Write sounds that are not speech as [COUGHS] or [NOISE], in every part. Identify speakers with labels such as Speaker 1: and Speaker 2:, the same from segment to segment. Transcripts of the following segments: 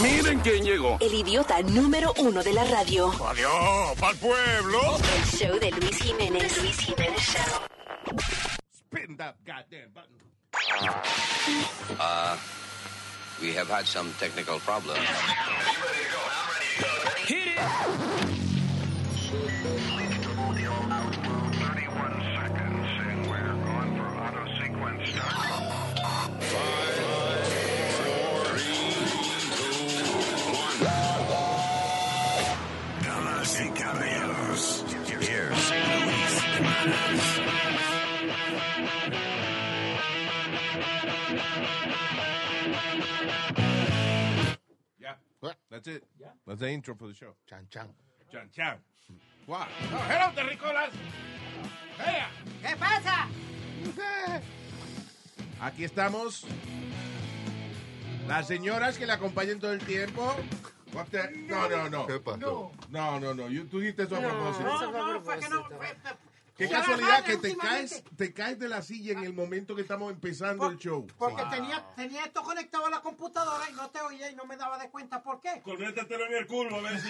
Speaker 1: Miren quién llegó.
Speaker 2: El idiota número uno de la radio.
Speaker 1: Adiós, pa'l pueblo.
Speaker 2: El show de Luis Jiménez. Luis Jiménez Show.
Speaker 1: Spin that goddamn button.
Speaker 3: Uh, we have had some technical problems.
Speaker 4: Damas y caballeros, here's
Speaker 1: Yeah.
Speaker 5: What?
Speaker 1: That's it. That's the intro for the show.
Speaker 5: Chan, chan. Mm.
Speaker 1: Chan, chan.
Speaker 5: Wow.
Speaker 1: Oh, hello, Terricolas. Hey.
Speaker 6: ¿Qué pasa?
Speaker 1: Aquí estamos. Las señoras que le acompañen todo el tiempo. What the- No, no, no.
Speaker 5: ¿Qué pasó?
Speaker 1: No, no, no. You- Tú dijiste eso a propósito.
Speaker 6: No, no, fue que no. fue-
Speaker 1: Qué
Speaker 6: Trabajar
Speaker 1: casualidad que te
Speaker 6: últimamente.
Speaker 1: caes, te caes de la silla en el momento que estamos empezando
Speaker 6: por-
Speaker 1: el show.
Speaker 6: Porque tenía, tenía esto conectado a la computadora y no te oía y no me daba de cuenta por qué.
Speaker 1: Conéctatelo en el culo, a ver
Speaker 6: [LAUGHS]
Speaker 1: si.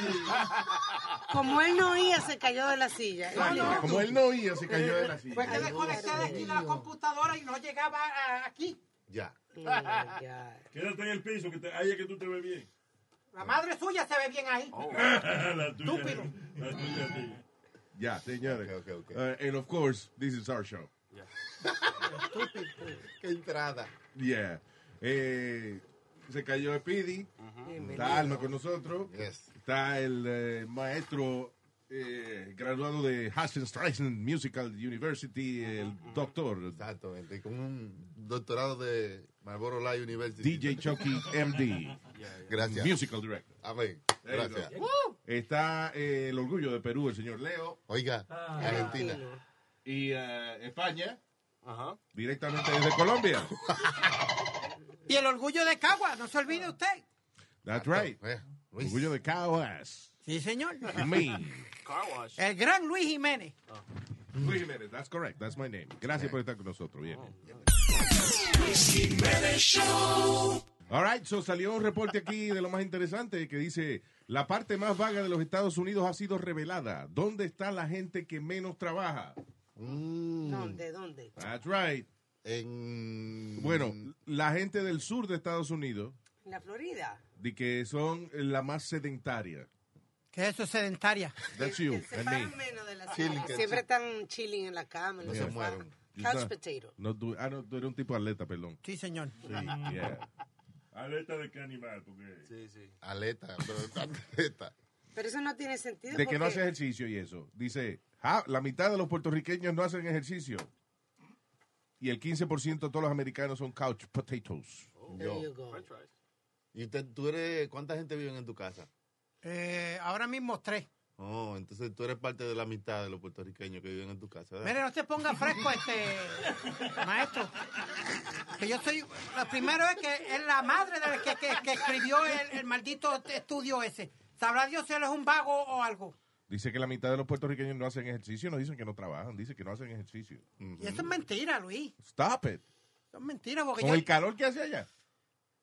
Speaker 7: Como él no oía, se cayó de la silla.
Speaker 1: Como él no oía, se cayó de la
Speaker 6: Fue
Speaker 1: silla.
Speaker 6: que desconecté de Pues aquí de la computadora y no llegaba a- aquí.
Speaker 5: Ya.
Speaker 1: Quédate en el piso, que te, ahí que tú te ves bien.
Speaker 6: La madre suya se ve bien ahí.
Speaker 1: Oh.
Speaker 6: Estúpido.
Speaker 1: Ya, señores.
Speaker 5: Ok, ok, ok.
Speaker 1: Uh, and of course, this is our show.
Speaker 5: Qué entrada.
Speaker 1: Yeah. Eh, se cayó Speedy. Está Alma con nosotros.
Speaker 5: Yes.
Speaker 1: Está el eh, maestro eh, graduado de Hudson Streisand Musical University, el doctor
Speaker 5: Exactamente. Con un doctorado de Marlboro Light University.
Speaker 1: DJ Chucky MD,
Speaker 5: Gracias.
Speaker 1: musical director.
Speaker 5: Amén.
Speaker 1: There you go.
Speaker 5: Gracias.
Speaker 1: Está eh, el orgullo de Perú, el señor Leo,
Speaker 5: Oiga,
Speaker 6: Ah.
Speaker 5: Argentina.
Speaker 1: y eh, España, [LAUGHS] directamente desde Colombia.
Speaker 6: Y el orgullo de Cagua, no se olvide usted.
Speaker 1: That's right.
Speaker 5: Eh, Luis.
Speaker 1: Orgullo de Caguas.
Speaker 6: Sí, señor.
Speaker 1: Me.
Speaker 6: El gran Luis Jiménez.
Speaker 1: Luis Jiménez, that's correct. That's my name. Gracias por estar con nosotros. Bien. All right, so salió un reporte aquí de lo más interesante que dice, la parte más vaga de los Estados Unidos ha sido revelada. ¿Dónde está la gente que menos trabaja?
Speaker 5: Mm.
Speaker 1: Mm.
Speaker 7: ¿Dónde? ¿Dónde?
Speaker 1: That's right.
Speaker 5: En...
Speaker 1: Bueno, la gente del sur de Estados Unidos,
Speaker 7: En la Florida.
Speaker 1: de que son la más sedentaria.
Speaker 6: Que eso es sedentaria.
Speaker 1: That's you
Speaker 7: Se
Speaker 1: and
Speaker 7: paran
Speaker 1: me.
Speaker 7: menos de la
Speaker 5: Chilling,
Speaker 7: silla.
Speaker 5: que
Speaker 7: Siempre
Speaker 5: sí.
Speaker 7: están chilling en la cama. en
Speaker 5: No
Speaker 7: el
Speaker 5: se
Speaker 7: sofá.
Speaker 5: mueven.
Speaker 7: Couch potato.
Speaker 1: No, tú, ah, no, tú eres un tipo de atleta, perdón.
Speaker 6: Sí, señor.
Speaker 1: Sí, yeah.
Speaker 8: Aleta de qué animal, porque
Speaker 5: Aleta, pero aleta.
Speaker 7: Pero eso no tiene sentido.
Speaker 1: de que no
Speaker 7: porque-
Speaker 1: hace ejercicio y eso. Dice, "Ja, la mitad de los puertorriqueños no hacen ejercicio. Y el 15% de todos los americanos son couch potatoes.
Speaker 7: There you go.
Speaker 5: ¿Y usted, tú eres, cuánta gente vive en tu casa?
Speaker 6: Eh, ahora mismo tres.
Speaker 5: Oh, entonces tú eres parte de la mitad de los puertorriqueños que viven en tu casa, ¿verdad?
Speaker 6: Mire, no se ponga fresco, este maestro. Que yo soy. Lo primero es que es la madre de la que, que- que escribió el, el maldito estudio ese. Sabrá Dios si él es un vago o algo.
Speaker 1: Dice que la mitad de los puertorriqueños no hacen ejercicio, no dicen que no trabajan, dice que no hacen ejercicio.
Speaker 6: Y eso es mentira, Luis.
Speaker 1: Stop it.
Speaker 6: Eso es mentira, porque
Speaker 1: Con
Speaker 6: yo.
Speaker 1: el calor que hace allá.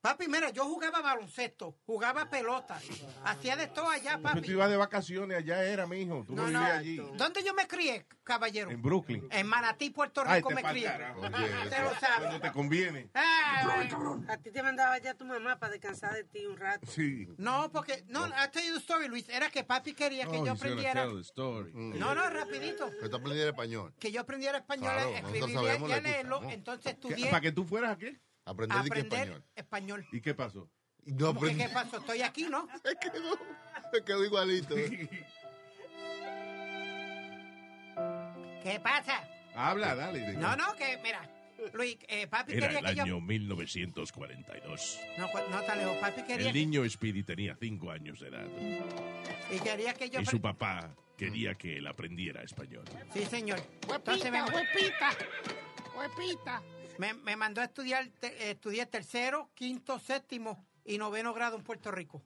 Speaker 6: Papi, mira, yo jugaba baloncesto, jugaba pelota, hacía de todo allá,
Speaker 1: Pero tú
Speaker 6: papi.
Speaker 1: ibas de vacaciones, allá era, mijo. Tú no,
Speaker 6: No, no.
Speaker 1: vivías allí.
Speaker 6: ¿Dónde yo me crié, caballero?
Speaker 1: En Brooklyn.
Speaker 6: En Manatí, Puerto
Speaker 1: Ay,
Speaker 6: Rico
Speaker 1: te
Speaker 6: me
Speaker 1: pa'l
Speaker 6: crié.
Speaker 1: carajo.
Speaker 5: Oye,
Speaker 6: Usted lo
Speaker 1: Cuando
Speaker 6: sabe.
Speaker 1: te conviene.
Speaker 6: Ay.
Speaker 7: A ti te mandaba ya tu mamá para descansar de ti un rato.
Speaker 1: Sí.
Speaker 6: No, porque, no, I tell you the story, Luis, era que papi quería que
Speaker 1: Oh,
Speaker 6: yo
Speaker 1: he's gonna
Speaker 6: aprendiera.
Speaker 1: tell the story.
Speaker 6: No, no, rapidito.
Speaker 5: Mm. pero está aprendiendo español.
Speaker 6: Que yo aprendiera español,
Speaker 5: Claro,
Speaker 6: a
Speaker 5: nosotros
Speaker 6: escribir
Speaker 5: sabemos
Speaker 6: y a
Speaker 5: la excusa,
Speaker 6: leerlo,
Speaker 5: ¿no?
Speaker 6: entonces
Speaker 1: ¿Qué-
Speaker 6: estudié
Speaker 1: ¿Para que tú fueras a qué?
Speaker 5: Aprender,
Speaker 6: a
Speaker 5: de qué
Speaker 6: aprender
Speaker 5: español.
Speaker 6: español.
Speaker 1: ¿Y qué pasó?
Speaker 5: No
Speaker 6: ¿Cómo que
Speaker 5: aprendí.
Speaker 6: qué pasó? Estoy aquí, ¿no?
Speaker 5: [LAUGHS] Se quedó, se quedó
Speaker 6: [LAUGHS]
Speaker 5: igualito.
Speaker 6: ¿Qué pasa?
Speaker 1: Habla, dale.
Speaker 6: No, no, que, mira, Luis, eh, papi
Speaker 8: Era
Speaker 6: quería
Speaker 8: el
Speaker 6: que yo...
Speaker 8: año 1942.
Speaker 6: No, cu- no está lejos, papi quería
Speaker 8: El niño Speedy tenía 5 años de edad.
Speaker 6: y quería que yo...
Speaker 8: Y su
Speaker 6: apre-
Speaker 8: papá quería que él aprendiera español.
Speaker 6: Sí, señor. Entonces me, me, me mandó a estudiar, te- eh, estudié tercero, quinto, séptimo y noveno grado en Puerto Rico.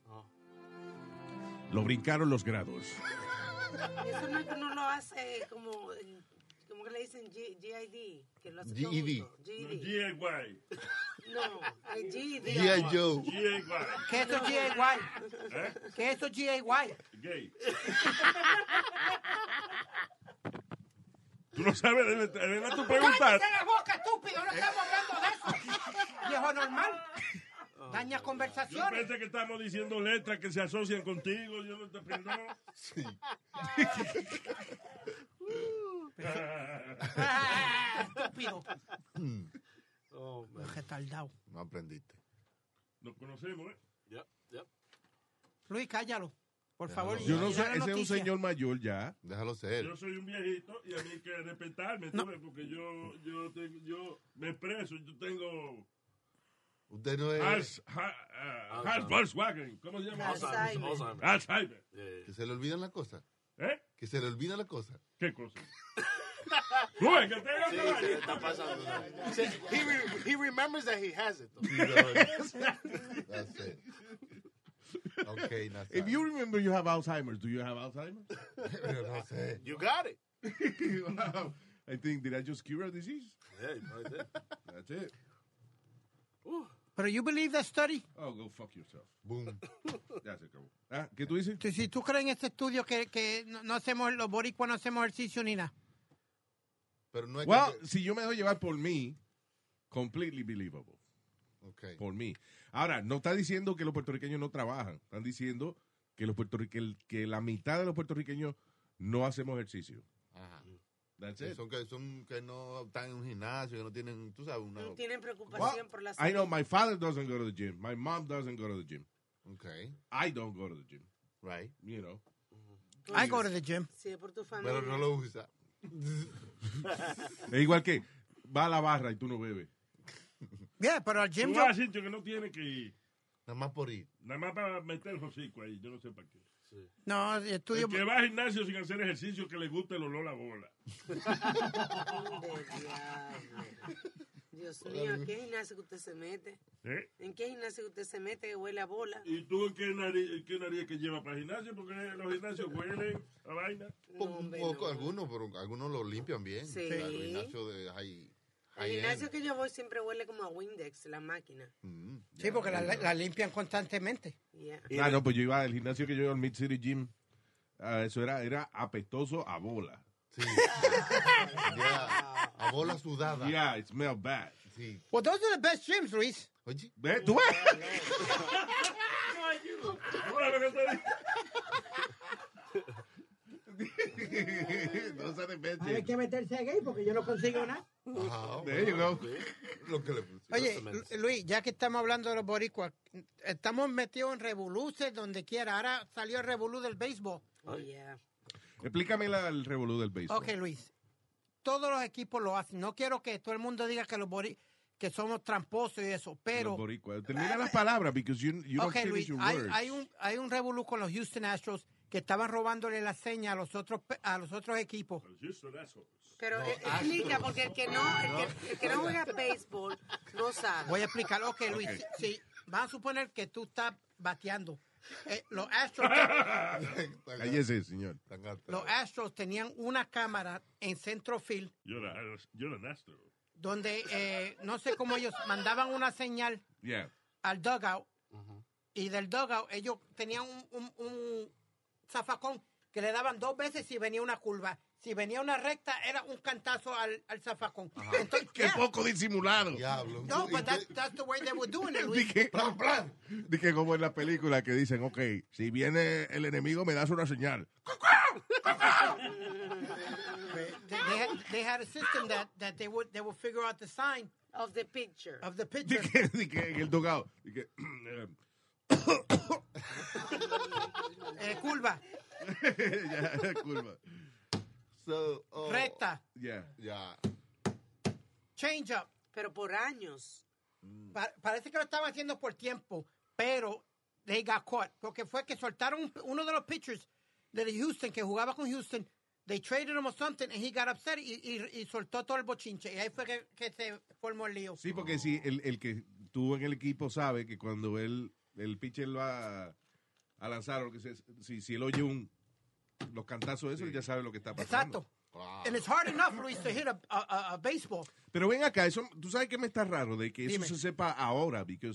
Speaker 8: Lo brincaron los grados.
Speaker 7: Eso no es que uno lo hace eh, como... ¿Cómo que le dicen G- E GID? Que lo hace todo
Speaker 5: GED.
Speaker 8: E
Speaker 7: junto. GED. No, es G.
Speaker 5: G.I.
Speaker 7: diga.
Speaker 5: Joe.
Speaker 8: E
Speaker 6: Que esto E es GAY. Que esto es GAY.
Speaker 8: Gay. Tú no sabes, de de verdad tú preguntas.
Speaker 6: ¡Cállate la boca, estúpido! ¡No estamos hablando de eso! ¡Viejo normal! Daña
Speaker 8: Yo
Speaker 6: conversaciones.
Speaker 8: pensé que estamos diciendo letras que se asocian contigo. Yo no te perdón.
Speaker 6: Ah, estúpido. Oh, Retardado.
Speaker 5: No aprendiste.
Speaker 8: Nos conocemos, ¿eh?
Speaker 6: Luis, cállalo. Por favor.
Speaker 1: Yo no
Speaker 6: y
Speaker 1: sé,
Speaker 6: da la
Speaker 1: ese es un
Speaker 6: noticia.
Speaker 1: señor mayor ya.
Speaker 5: Déjalo ser.
Speaker 8: Yo soy un viejito y a mí hay que respetarme, ¿tú ves? Porque yo, yo, te- yo me expreso, yo tengo.
Speaker 5: Usted no es.
Speaker 8: Hals, ha- ah, Hals Volkswagen, ¿cómo se llama?
Speaker 7: Alzheimer. Eh.
Speaker 8: Alzheimer.
Speaker 5: Que se le olvidan las cosas.
Speaker 8: ¿Eh?
Speaker 5: Que se le olvidan las cosas.
Speaker 8: ¿Qué cosa? ¿Tú ves que tengo caballo?
Speaker 9: He, re- he remembers that he has it, though. [LAUGHS]
Speaker 5: That's it. [LAUGHS]
Speaker 1: [LAUGHS]
Speaker 5: Ok, Nazar.
Speaker 1: If you remember you have Alzheimer's, do you have Alzheimer's?
Speaker 5: No sé.
Speaker 9: You got it.
Speaker 1: Wow. I think, did I just cure a disease?
Speaker 9: Yeah, you probably did.
Speaker 1: That's it.
Speaker 6: Pero you believe that study?
Speaker 1: Oh, go fuck yourself.
Speaker 5: Boom.
Speaker 1: Ya se acabó. Ah, ¿Qué tú dices?
Speaker 6: Si- Si tú crees en este estudio que, que no, no hacemos, los boricuas no hacemos ejercicio ni nada.
Speaker 5: Pero no es
Speaker 1: Well,
Speaker 5: que.
Speaker 1: si yo me doy llevar por mí, completely believable.
Speaker 5: Okay.
Speaker 1: Por mí. Ahora, no está diciendo que los puertorriqueños no trabajan. Están diciendo que, los puertorrique- que la mitad de los puertorriqueños no hacemos ejercicio.
Speaker 5: Ajá.
Speaker 1: That's
Speaker 5: Sí,
Speaker 1: it.
Speaker 5: son, que, son que no están en un gimnasio, que no tienen, tú sabes, una...
Speaker 7: No tienen preocupación
Speaker 1: Well,
Speaker 7: por la salud.
Speaker 1: I know my father doesn't go to the gym. My mom doesn't go to the gym.
Speaker 5: Ok,
Speaker 1: I don't go to the gym.
Speaker 5: right.
Speaker 1: You know.
Speaker 6: I go to the gym.
Speaker 7: Si es por tu familia.
Speaker 5: Pero no lo usa.
Speaker 1: Es igual que va a la barra y tú no bebes.
Speaker 6: Yeah, pero al gym
Speaker 8: Tú
Speaker 6: yo...
Speaker 8: vas a sitios que no tiene que ir.
Speaker 5: Nada más por ir.
Speaker 8: Nada más para meter el hocico ahí, yo no sé para qué.
Speaker 6: No, el estudio...
Speaker 8: El que va al gimnasio sin hacer ejercicio que le gusta el olor a bola.
Speaker 7: [LAUGHS] Ande, diablo. Dios mío, ¿en qué gimnasio que usted se mete?
Speaker 8: ¿Eh?
Speaker 7: ¿En qué gimnasio que usted se mete que huele a bola?
Speaker 8: ¿Y tú qué nariz, qué nariz que lleva para el gimnasio? Porque los gimnasios huelen a vaina.
Speaker 7: No,
Speaker 5: Po- Un
Speaker 7: hombre,
Speaker 5: poco,
Speaker 7: no.
Speaker 5: algunos, pero algunos lo limpian bien.
Speaker 7: Sí.
Speaker 5: Claro, el gimnasio de high,
Speaker 7: El
Speaker 5: high
Speaker 7: gimnasio
Speaker 5: end.
Speaker 7: que yo voy siempre huele como a Windex, la máquina.
Speaker 5: Mm.
Speaker 6: Sí, porque la, la limpian constantemente.
Speaker 7: Yeah.
Speaker 1: Ah,
Speaker 5: Eh,
Speaker 1: no, pues yo iba al gimnasio que yo iba al Mid City Gym. ah, eso era, era apestoso a bola. [LAUGHS]
Speaker 5: Sí. Ya, a bola sudada.
Speaker 1: Yeah, it smells bad.
Speaker 5: Sí.
Speaker 6: Well, those are the best gyms, Luis.
Speaker 5: Oye,
Speaker 1: ¿Ves? ¿Tú ves?
Speaker 8: Ahora lo que te
Speaker 5: [LAUGHS]
Speaker 8: digo.
Speaker 1: no sabe
Speaker 6: Hay que meterse gay porque yo no consigo nada.
Speaker 5: ajá,
Speaker 1: There you go.
Speaker 5: lo que le puse.
Speaker 6: Oye, Lu- Luis, ya que estamos hablando de los boricuas, estamos metidos en revoluces donde quiera. Ahora salió el revolú del béisbol.
Speaker 7: Yeah.
Speaker 1: Explícame la- el revolú del béisbol.
Speaker 6: Ok, Luis. Todos los equipos lo hacen. No quiero que todo el mundo diga que los bori que somos tramposos y eso,
Speaker 1: Los
Speaker 6: pero...
Speaker 1: boricuas. Termina las palabras, because you, you don't
Speaker 6: Ok,
Speaker 1: finish
Speaker 6: Luis,
Speaker 1: your
Speaker 6: hay,
Speaker 1: words.
Speaker 6: hay un, hay un revolú con los Houston Astros que estaban robándole la seña a los otros, pe- a los otros equipos.
Speaker 8: Houston assholes.
Speaker 7: Pero
Speaker 6: e-
Speaker 7: eh, explica,
Speaker 8: [LAUGHS]
Speaker 7: porque el que no, el que, el que no juega béisbol no sabe.
Speaker 6: Voy a explicar. Ok, Luis, si, si- vamos a suponer que tú estás bateando. Eh, los, Astros,
Speaker 5: Tan-
Speaker 1: Cállese, señor.
Speaker 5: tan alta.
Speaker 6: los Astros tenían una cámara en centro field
Speaker 8: Yo era, yo era astro.
Speaker 6: donde eh, no sé cómo ellos mandaban una señal
Speaker 1: Yeah.
Speaker 6: al dugout y del dugout ellos tenían un, un- un zafacón que le daban dos veces si venía una curva. Si venía una recta era un cantazo al, al zafacón. Entonces,
Speaker 1: Qué
Speaker 6: yeah.
Speaker 1: poco disimulado.
Speaker 5: Diablo.
Speaker 6: No,
Speaker 5: ¿Y
Speaker 6: but
Speaker 5: qué?
Speaker 6: that- that's the way they were doing it, Luis.
Speaker 1: [LAUGHS] Dije, Dije como en la película que dicen, ok, si viene el enemigo me das una señal.
Speaker 6: They, they had, they had a system that, that they would they would figure out the sign
Speaker 7: Of the picture.
Speaker 6: of
Speaker 1: [LAUGHS]
Speaker 6: the pitcher.
Speaker 1: Dije, dije en el dogado. Dije, [CLEARS THROAT]
Speaker 6: Eh, curva,
Speaker 8: [LAUGHS]
Speaker 1: ya, curva.
Speaker 5: So, oh,
Speaker 6: recta,
Speaker 1: Yeah.
Speaker 5: Ya.
Speaker 6: change up.
Speaker 7: Pero por años.
Speaker 6: Pa- parece que lo estaban haciendo por tiempo, pero they got caught. Porque fue que soltaron un- uno de los pitchers de the Houston que jugaba con Houston. They traded him or something and he got upset y, y- y soltó todo el bochinche. Y ahí fue que, que se formó el lío.
Speaker 1: Sí, porque si el, el que estuvo en el equipo sabe que cuando él, el pitcher va a, a lanzar, o lo que sea, si, si él oye un, los cantazos de eso, él ya sabe lo que está pasando.
Speaker 6: Exacto. And it's hard enough, Luis, to hit a, a, a- a baseball.
Speaker 1: Pero ven acá, eso, tú sabes que me está raro de que eso
Speaker 6: Dime.
Speaker 1: se sepa ahora, porque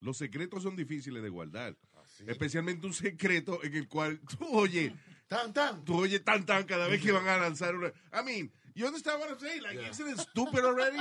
Speaker 1: los secretos son difíciles de guardar.
Speaker 5: Ah,
Speaker 1: Especialmente un secreto en el cual tú oye,
Speaker 5: Tan, tan.
Speaker 1: tú oye tan tan cada vez que van a lanzar una. I mean, you understand what I'm saying? Like,
Speaker 5: Yeah. Uh-huh.
Speaker 1: isn't it stupid
Speaker 5: [LAUGHS]
Speaker 1: already?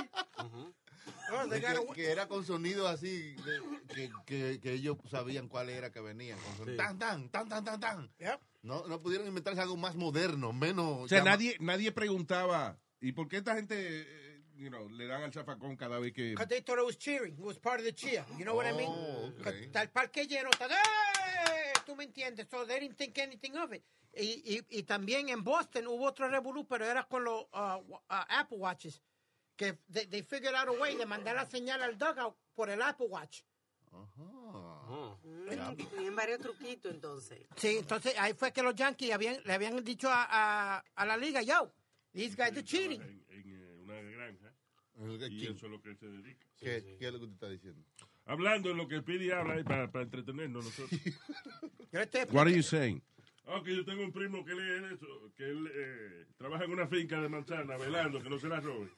Speaker 5: De Que, que era con sonido así, de- que, que, que ellos sabían cuál era que venían. Con sonido. Tan, tan, tan, tan, tan, tan.
Speaker 6: Yep.
Speaker 5: No, no pudieron inventarse algo más moderno, menos...
Speaker 1: O sea, nadie, nadie preguntaba, ¿y por qué esta gente eh, you know, le dan al zafacón cada vez que.
Speaker 6: Because they thought it was cheering. It was part of the cheer. You know what I mean?
Speaker 5: Oh, okay.
Speaker 6: 'Cause Tal parque lleno. tal- ¡Eh! Tú me entiendes. So they didn't think anything of it. Y, y, y también en Boston hubo otro revolú, pero era con los ah, wa- ah, Apple Watches. Que they, they figured out a way de mandar la señal al dugout por el Apple Watch.
Speaker 7: Tienen Mm, varios truquitos entonces.
Speaker 6: Sí, entonces ahí fue que los Yankees habían, le habían dicho a, a, a la liga, yo, these guys are cheating.
Speaker 8: En, en, eh, una granja. Y
Speaker 5: ¿Qué,
Speaker 8: eso es lo que él se dedica.
Speaker 5: qué, qué es lo que usted está diciendo?
Speaker 8: Hablando en lo que Pidi habla ahí para, para [LAUGHS] entretenernos
Speaker 6: [LAUGHS]
Speaker 8: nosotros.
Speaker 6: Yo le estoy
Speaker 1: What are you saying?
Speaker 8: Ah, que yo tengo un primo que lee en eso, que él eh, trabaja en una finca de manzana velando, que no se la roben.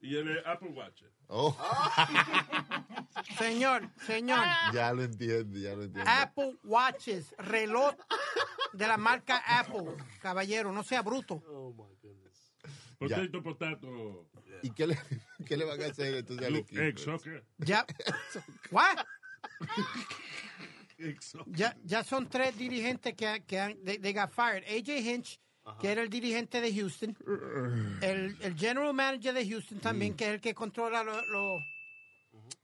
Speaker 8: Y él es Apple Watch.
Speaker 5: Oh, [LAUGHS]
Speaker 6: Señor, señor,
Speaker 5: ya lo entiendo, ya lo entiendo.
Speaker 6: Apple Watches, reloj de la marca Apple. Caballero, no sea bruto.
Speaker 5: Oh, Ya.
Speaker 8: Potato, potato.
Speaker 5: ¿Y qué le, [LAUGHS] qué le van a hacer entonces al
Speaker 8: You
Speaker 5: equipo?
Speaker 8: egg soccer.
Speaker 6: Ya, ¿What? ya, ya son tres dirigentes que, han- que han, they, they got fired. AJ Hinch, que era el dirigente de Houston. El, el general manager de Houston
Speaker 5: Mm.
Speaker 6: también, que es el que controla los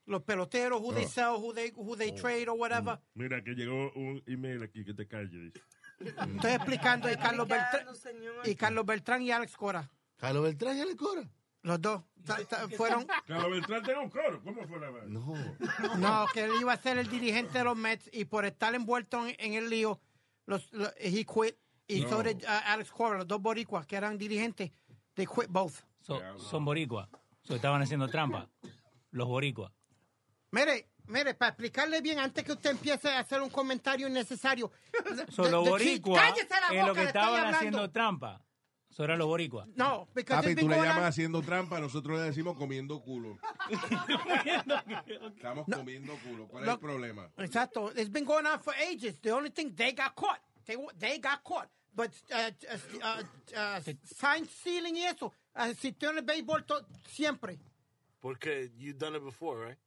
Speaker 6: los peloteros, who they
Speaker 5: Ah.
Speaker 6: sell, who they, who
Speaker 5: Oh.
Speaker 6: they trade or whatever.
Speaker 8: Mira, que llegó un email aquí que te calle. Dice.
Speaker 5: Mm.
Speaker 6: Estoy explicando y Carlos Beltrán
Speaker 7: Explicando, señor.
Speaker 6: y Carlos Beltrán y Alex Cora.
Speaker 5: ¿Carlos Beltrán ya le cobra?
Speaker 6: Los dos ta- ta- fueron.
Speaker 8: Carlos Beltrán tenía un coro. ¿Cómo fue la vaina?
Speaker 5: No.
Speaker 6: No, que él iba a ser el dirigente de los Mets y por estar envuelto en, en el lío, los, lo- he quit. Y
Speaker 8: No.
Speaker 6: sobre Alex Cora, los dos boricuas que eran dirigentes, they quit both.
Speaker 10: So, son boricua. So, estaban haciendo trampa. Los boricua.
Speaker 6: Mire, mire, para explicarle bien, antes que usted empiece a hacer un comentario innecesario.
Speaker 10: So,
Speaker 6: the-
Speaker 10: los
Speaker 6: the-
Speaker 10: boricua
Speaker 6: cállese la
Speaker 10: es lo
Speaker 6: boca,
Speaker 10: que
Speaker 6: le estoy
Speaker 10: estaban
Speaker 6: hablando.
Speaker 10: haciendo trampa. So, eran los boricua.
Speaker 6: No, because
Speaker 1: Papi,
Speaker 6: it's been
Speaker 1: tú le
Speaker 6: going on-
Speaker 1: llamas haciendo trampa, nosotros le decimos comiendo culo. Estamos comiendo culo. ¿Cuál es
Speaker 6: No.
Speaker 1: el problema?
Speaker 6: Exacto. It's been going on for ages. The only thing they got caught. They they got caught. But uh, uh, uh, sign stealing y eso asistió en el béisbol to- siempre.
Speaker 9: Porque you done it before, right?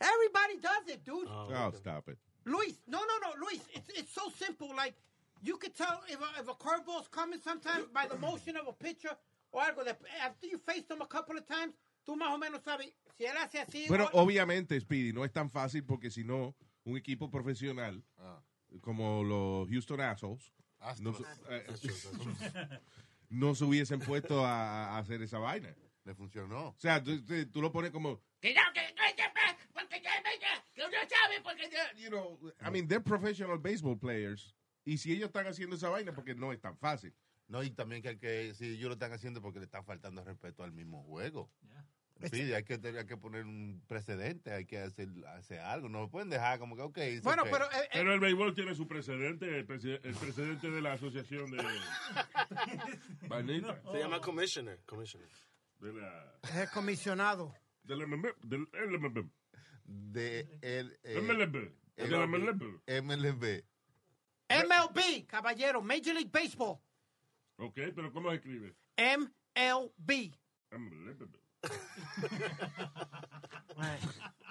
Speaker 6: Everybody does it, dude.
Speaker 1: Oh, stop it.
Speaker 6: Luis, no, no, no, Luis. It's, it's so simple. Like you could tell if a, if a curveball's coming sometimes by the motion of a pitcher or algo. that- After you face them a couple of times, tú más o menos sabes si él hace así.
Speaker 1: Bueno,
Speaker 6: o-
Speaker 1: obviamente, Speedy, no es tan fácil porque si no, un equipo profesional
Speaker 5: Ah.
Speaker 1: como los Houston Assholes no,
Speaker 5: Astros.
Speaker 1: se- eh, [LAUGHS]
Speaker 8: [LAUGHS]
Speaker 1: no se hubiesen puesto a, a hacer esa vaina.
Speaker 5: Le funcionó.
Speaker 1: O sea, tú, tú- tú lo pones como... Que no, que no, que no, porque ya, ya, que uno sabe, porque ya", You know, I mean, they're professional baseball players. Y si ellos están haciendo esa vaina, porque no es tan fácil.
Speaker 5: No, y también que el que, si ellos lo están haciendo porque le están faltando respeto al mismo juego.
Speaker 6: Este
Speaker 5: Sí, hay que, hay que poner un precedente, hay que hacer, hacer algo. No lo pueden dejar como que, ok. it's
Speaker 6: bueno,
Speaker 5: okay.
Speaker 6: pero eh, eh,
Speaker 8: Pero el béisbol tiene su precedente, el, presi- el presidente de la asociación de. Vainita.
Speaker 9: Se llama commissioner. Commissioner.
Speaker 8: De la.
Speaker 6: es el comisionado.
Speaker 8: De la. MLB, Del MLB,
Speaker 5: De el, eh,
Speaker 8: MLB. De la MLB.
Speaker 5: MLB.
Speaker 6: MLB, caballero, Major League Baseball.
Speaker 8: Ok, pero ¿cómo se escribe?
Speaker 6: MLB.
Speaker 8: MLB.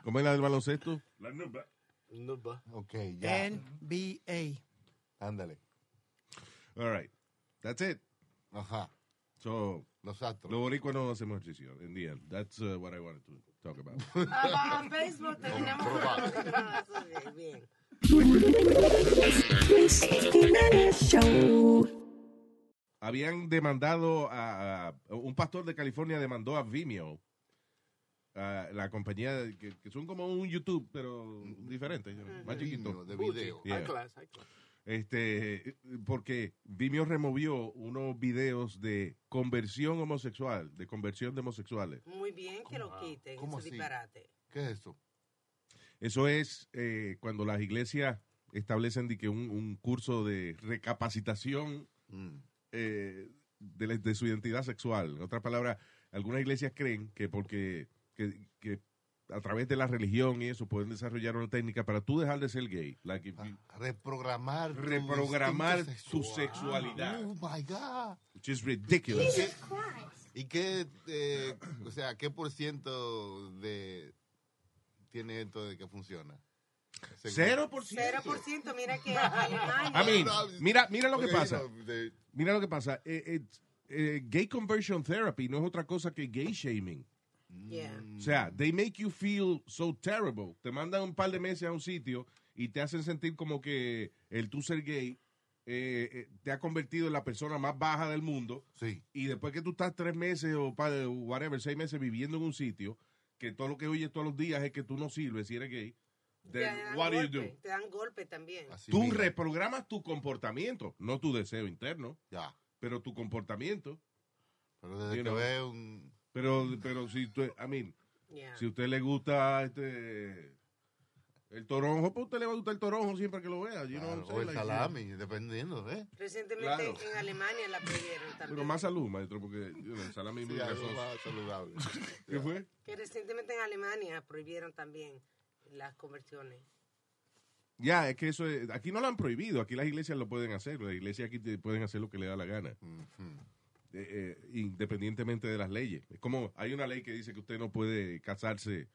Speaker 1: ¿Cómo es la del baloncesto?
Speaker 8: La nuba.
Speaker 9: Nuba.
Speaker 5: Ok, ya.
Speaker 6: NBA.
Speaker 5: Ándale.
Speaker 1: All right. That's it.
Speaker 5: Ajá.
Speaker 1: So,
Speaker 5: Los astros.
Speaker 1: los boricuas no hacemos ejercicio. En día. That's uh, what I wanted to talk about.
Speaker 7: [LAUGHS] Ah, Facebook, terminamos con Ah, sí, Bien.
Speaker 1: Habían demandado a, a- Un pastor de California demandó a Vimeo. a la compañía de- que, que son como un YouTube, pero diferente. Más chiquito.
Speaker 5: de video. Ah,
Speaker 1: Yeah.
Speaker 9: High class, high class.
Speaker 1: Este, porque Vimeo removió unos videos de conversión homosexual, de conversión de homosexuales.
Speaker 7: Muy bien que lo quiten,
Speaker 5: ¿Cómo
Speaker 7: ese
Speaker 5: así?
Speaker 7: disparate.
Speaker 5: ¿Qué es eso?
Speaker 1: Eso es eh, cuando las iglesias establecen de que un, un curso de recapacitación
Speaker 5: Mm.
Speaker 1: eh, de, la- de su identidad sexual. En otras palabras, algunas iglesias creen que porque que, que a través de la religión y eso pueden desarrollar una técnica para tú dejar de ser gay. Like if you-
Speaker 5: Reprogramar. tu
Speaker 1: reprogramar
Speaker 5: Ah, instinto
Speaker 1: tu
Speaker 5: sexual.
Speaker 1: sexualidad.
Speaker 5: Oh my God.
Speaker 1: Which is ridiculous.
Speaker 5: ¿Y qué, eh, o sea, qué por ciento de tiene esto de que funciona?
Speaker 1: Cero por ciento.
Speaker 7: 0%, mira
Speaker 1: [LAUGHS]
Speaker 7: que Alemania.
Speaker 1: I mean, mira, mira lo que
Speaker 5: Ok,
Speaker 1: pasa.
Speaker 5: no, de-
Speaker 1: Mira lo que pasa. Eh, eh, eh, gay conversion therapy no es otra cosa que gay shaming. Mm.
Speaker 7: Yeah.
Speaker 1: O sea, they make you feel so terrible. Te mandan un par de meses a un sitio y te hacen sentir como que el tú ser gay eh, eh, te ha convertido en la persona más baja del mundo.
Speaker 5: Sí.
Speaker 1: Y después que tú estás tres meses o par de- whatever, seis meses viviendo en un sitio, que todo lo que oyes todos los días es que tú no sirves si eres gay,
Speaker 7: Te
Speaker 1: then
Speaker 7: dan,
Speaker 1: what do you
Speaker 7: golpe,
Speaker 1: do?
Speaker 7: te dan golpe también.
Speaker 5: así
Speaker 1: Tú
Speaker 5: mismo.
Speaker 1: reprogramas tu comportamiento, no tu deseo interno,
Speaker 5: Ya.
Speaker 1: pero tu comportamiento.
Speaker 5: Pero desde
Speaker 1: You
Speaker 5: que
Speaker 1: know.
Speaker 5: ve un.
Speaker 1: Pero, pero si tú, I mean,
Speaker 7: Yeah.
Speaker 1: Si a usted le gusta este el toronjo, pues a usted le va a gustar el toronjo siempre que lo vea. you know what I'm
Speaker 5: claro,
Speaker 1: saying?
Speaker 5: o el
Speaker 1: Like,
Speaker 5: salami, dependiendo, ¿eh?
Speaker 7: Recientemente
Speaker 1: Claro.
Speaker 7: en Alemania la prohibieron también.
Speaker 1: Pero más salud, maestro, porque you know, el salami es muy
Speaker 5: Sí, algo
Speaker 1: grasoso.
Speaker 5: más saludable.
Speaker 1: [LAUGHS] ¿Qué fue?
Speaker 7: Que recientemente en Alemania prohibieron también las conversiones.
Speaker 1: Ya, es que eso es- aquí no lo han prohibido, aquí las iglesias lo pueden hacer, las iglesias aquí te pueden hacer lo que le da la gana,
Speaker 5: Ujú.
Speaker 1: eh, eh, independientemente de las leyes. Es como hay una ley que dice que usted no puede casarse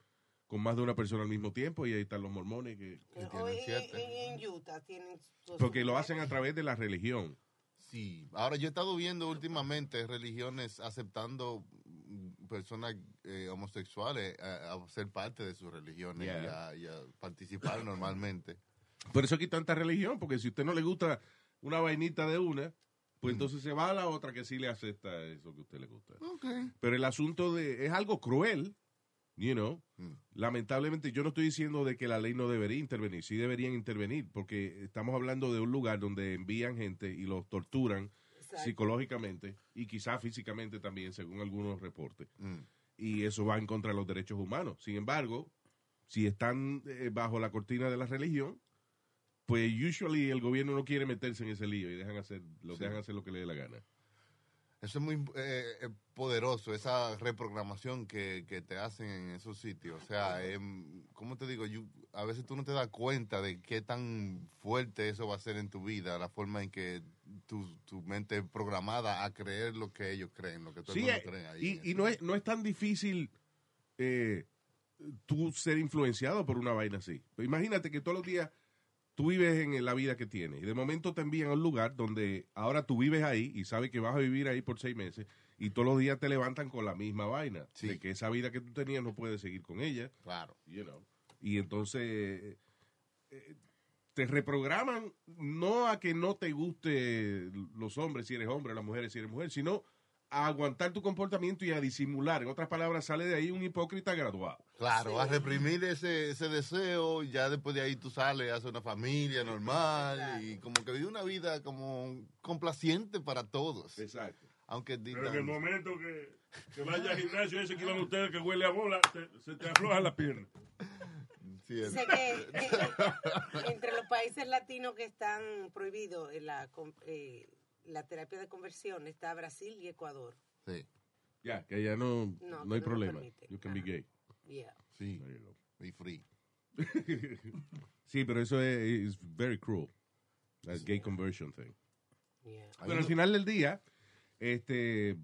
Speaker 1: con más de una persona al mismo tiempo y ahí están los mormones que
Speaker 5: Que tienen
Speaker 7: Hoy en,
Speaker 5: siete.
Speaker 7: en- en Utah tienen... sus-
Speaker 1: porque lo hacen a través de la religión.
Speaker 5: Sí. Ahora, yo he estado viendo últimamente religiones aceptando mm, personas eh, homosexuales a, a ser parte de sus religiones y,
Speaker 1: Yeah.
Speaker 5: a, y a participar [LAUGHS] normalmente.
Speaker 1: Por eso aquí hay tanta religión, porque si a usted no le gusta una vainita de una, pues entonces se va a la otra que sí le acepta eso que a usted le gusta.
Speaker 5: Okay.
Speaker 1: Pero el asunto de es algo cruel, you know.
Speaker 5: Mm.
Speaker 1: Lamentablemente yo no estoy diciendo de que la ley no debería intervenir, sí deberían intervenir, porque estamos hablando de un lugar donde envían gente y los torturan
Speaker 7: Exacto.
Speaker 1: psicológicamente y quizá físicamente también, según algunos reportes
Speaker 5: Mm.
Speaker 1: y eso va en contra de los derechos humanos. Sin embargo, si están eh, bajo la cortina de la religión, pues usually el gobierno no quiere meterse en ese lío y dejan hacer, los
Speaker 5: Sí.
Speaker 1: dejan hacer lo que le dé la gana.
Speaker 5: Eso es muy eh, eh, poderoso, esa reprogramación que, que te hacen en esos sitios. O sea, em, ¿cómo te digo? You- a veces tú no te das cuenta de qué tan fuerte eso va a ser en tu vida, la forma en que tu, tu mente es programada a creer lo que ellos creen, lo que todo el
Speaker 1: Sí,
Speaker 5: mundo
Speaker 1: eh,
Speaker 5: cree ahí.
Speaker 1: y, y no, es, no es tan difícil eh, tú ser influenciado por una vaina así. Pero imagínate que todos los días tú vives en la vida que tienes y de momento te envían a un lugar donde ahora tú vives ahí y sabes que vas a vivir ahí por seis meses y todos los días te levantan con la misma vaina.
Speaker 5: Sí.
Speaker 1: De que esa vida que tú tenías no puedes seguir con ella.
Speaker 5: Claro.
Speaker 1: you know. Y entonces eh, eh, te reprograman no a que no te guste los hombres si eres hombre, las mujeres si eres mujer, sino a aguantar tu comportamiento y a disimular. En otras palabras, sale de ahí un hipócrita graduado.
Speaker 5: Claro, a reprimir ese, ese deseo, ya después de ahí tú sales, haces una familia normal y como que vive una vida como complaciente para todos.
Speaker 1: Exacto.
Speaker 5: Aunque
Speaker 8: Pero en el
Speaker 5: digan...
Speaker 8: momento que, que vaya al gimnasio ese que van ustedes que huele a bola, te- se te afloja la
Speaker 5: [LAUGHS]
Speaker 8: pierna.
Speaker 5: Sí, es-
Speaker 7: Dice que
Speaker 1: [LAUGHS]
Speaker 7: eh, entre los países latinos que están prohibidos en la, con- eh, la terapia de conversión está Brasil y Ecuador.
Speaker 5: sí.
Speaker 1: Ya, que ya no,
Speaker 7: que
Speaker 1: no,
Speaker 7: no
Speaker 1: hay
Speaker 7: lo
Speaker 1: problema.
Speaker 7: permiten.
Speaker 1: You can be
Speaker 7: Ajá.
Speaker 1: gay.
Speaker 7: Yeah.
Speaker 5: Sí,
Speaker 1: There you go.
Speaker 5: y free.
Speaker 1: [LAUGHS] sí, pero eso es is very cruel. That gay conversion thing.
Speaker 7: Yeah.
Speaker 5: Hay
Speaker 1: Pero al
Speaker 5: uno-
Speaker 1: final del día, este,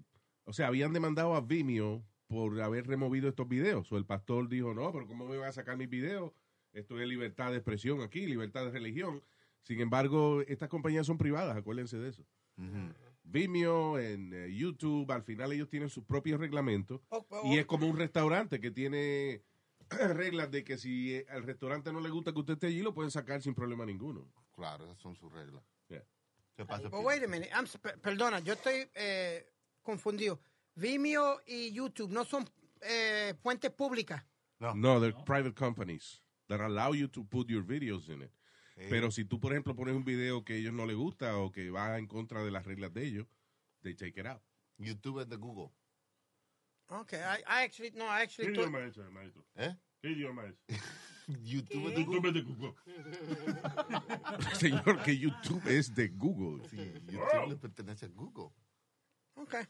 Speaker 1: o sea, habían demandado a Vimeo por haber removido estos videos. O el pastor dijo, no, pero ¿cómo me van a sacar mis videos? Esto es libertad de expresión aquí, libertad de religión. Sin embargo, estas compañías son privadas, acuérdense de eso.
Speaker 5: Ujú.
Speaker 1: Vimeo, en eh, YouTube, al final ellos tienen sus propios reglamentos.
Speaker 6: O- o-
Speaker 1: Y es como un restaurante que tiene [CLEARS THROAT] reglas de que si eh, al restaurante no le gusta que usted esté allí, lo pueden sacar sin problema ninguno.
Speaker 5: Claro, esas son sus reglas.
Speaker 1: Yeah.
Speaker 5: ¿Qué pasa?
Speaker 6: Oh, wait a minute. I'm s- per- perdona, yo estoy eh, confundido. Vimeo y YouTube no son eh, puentes públicas.
Speaker 5: No.
Speaker 1: No, they're private companies that allow you to put your videos in it.
Speaker 5: Eh,
Speaker 1: Pero si tú, por ejemplo, pones un video que a ellos no les gusta o que va en contra de las reglas de ellos, they take it out.
Speaker 5: YouTube es de Google.
Speaker 6: Okay, I, I actually no,
Speaker 8: ¿Qué
Speaker 6: I actually
Speaker 8: idioma es ese, maestro?
Speaker 5: ¿Eh?
Speaker 8: ¿Qué idioma es?
Speaker 5: YouTube es de
Speaker 8: Tú
Speaker 5: Google. [LAUGHS]
Speaker 8: vete, cucú.
Speaker 1: [LAUGHS] Señor, que YouTube es de Google.
Speaker 5: Sí, YouTube
Speaker 8: Wow.
Speaker 5: le pertenece a Google.
Speaker 6: thought- Okay.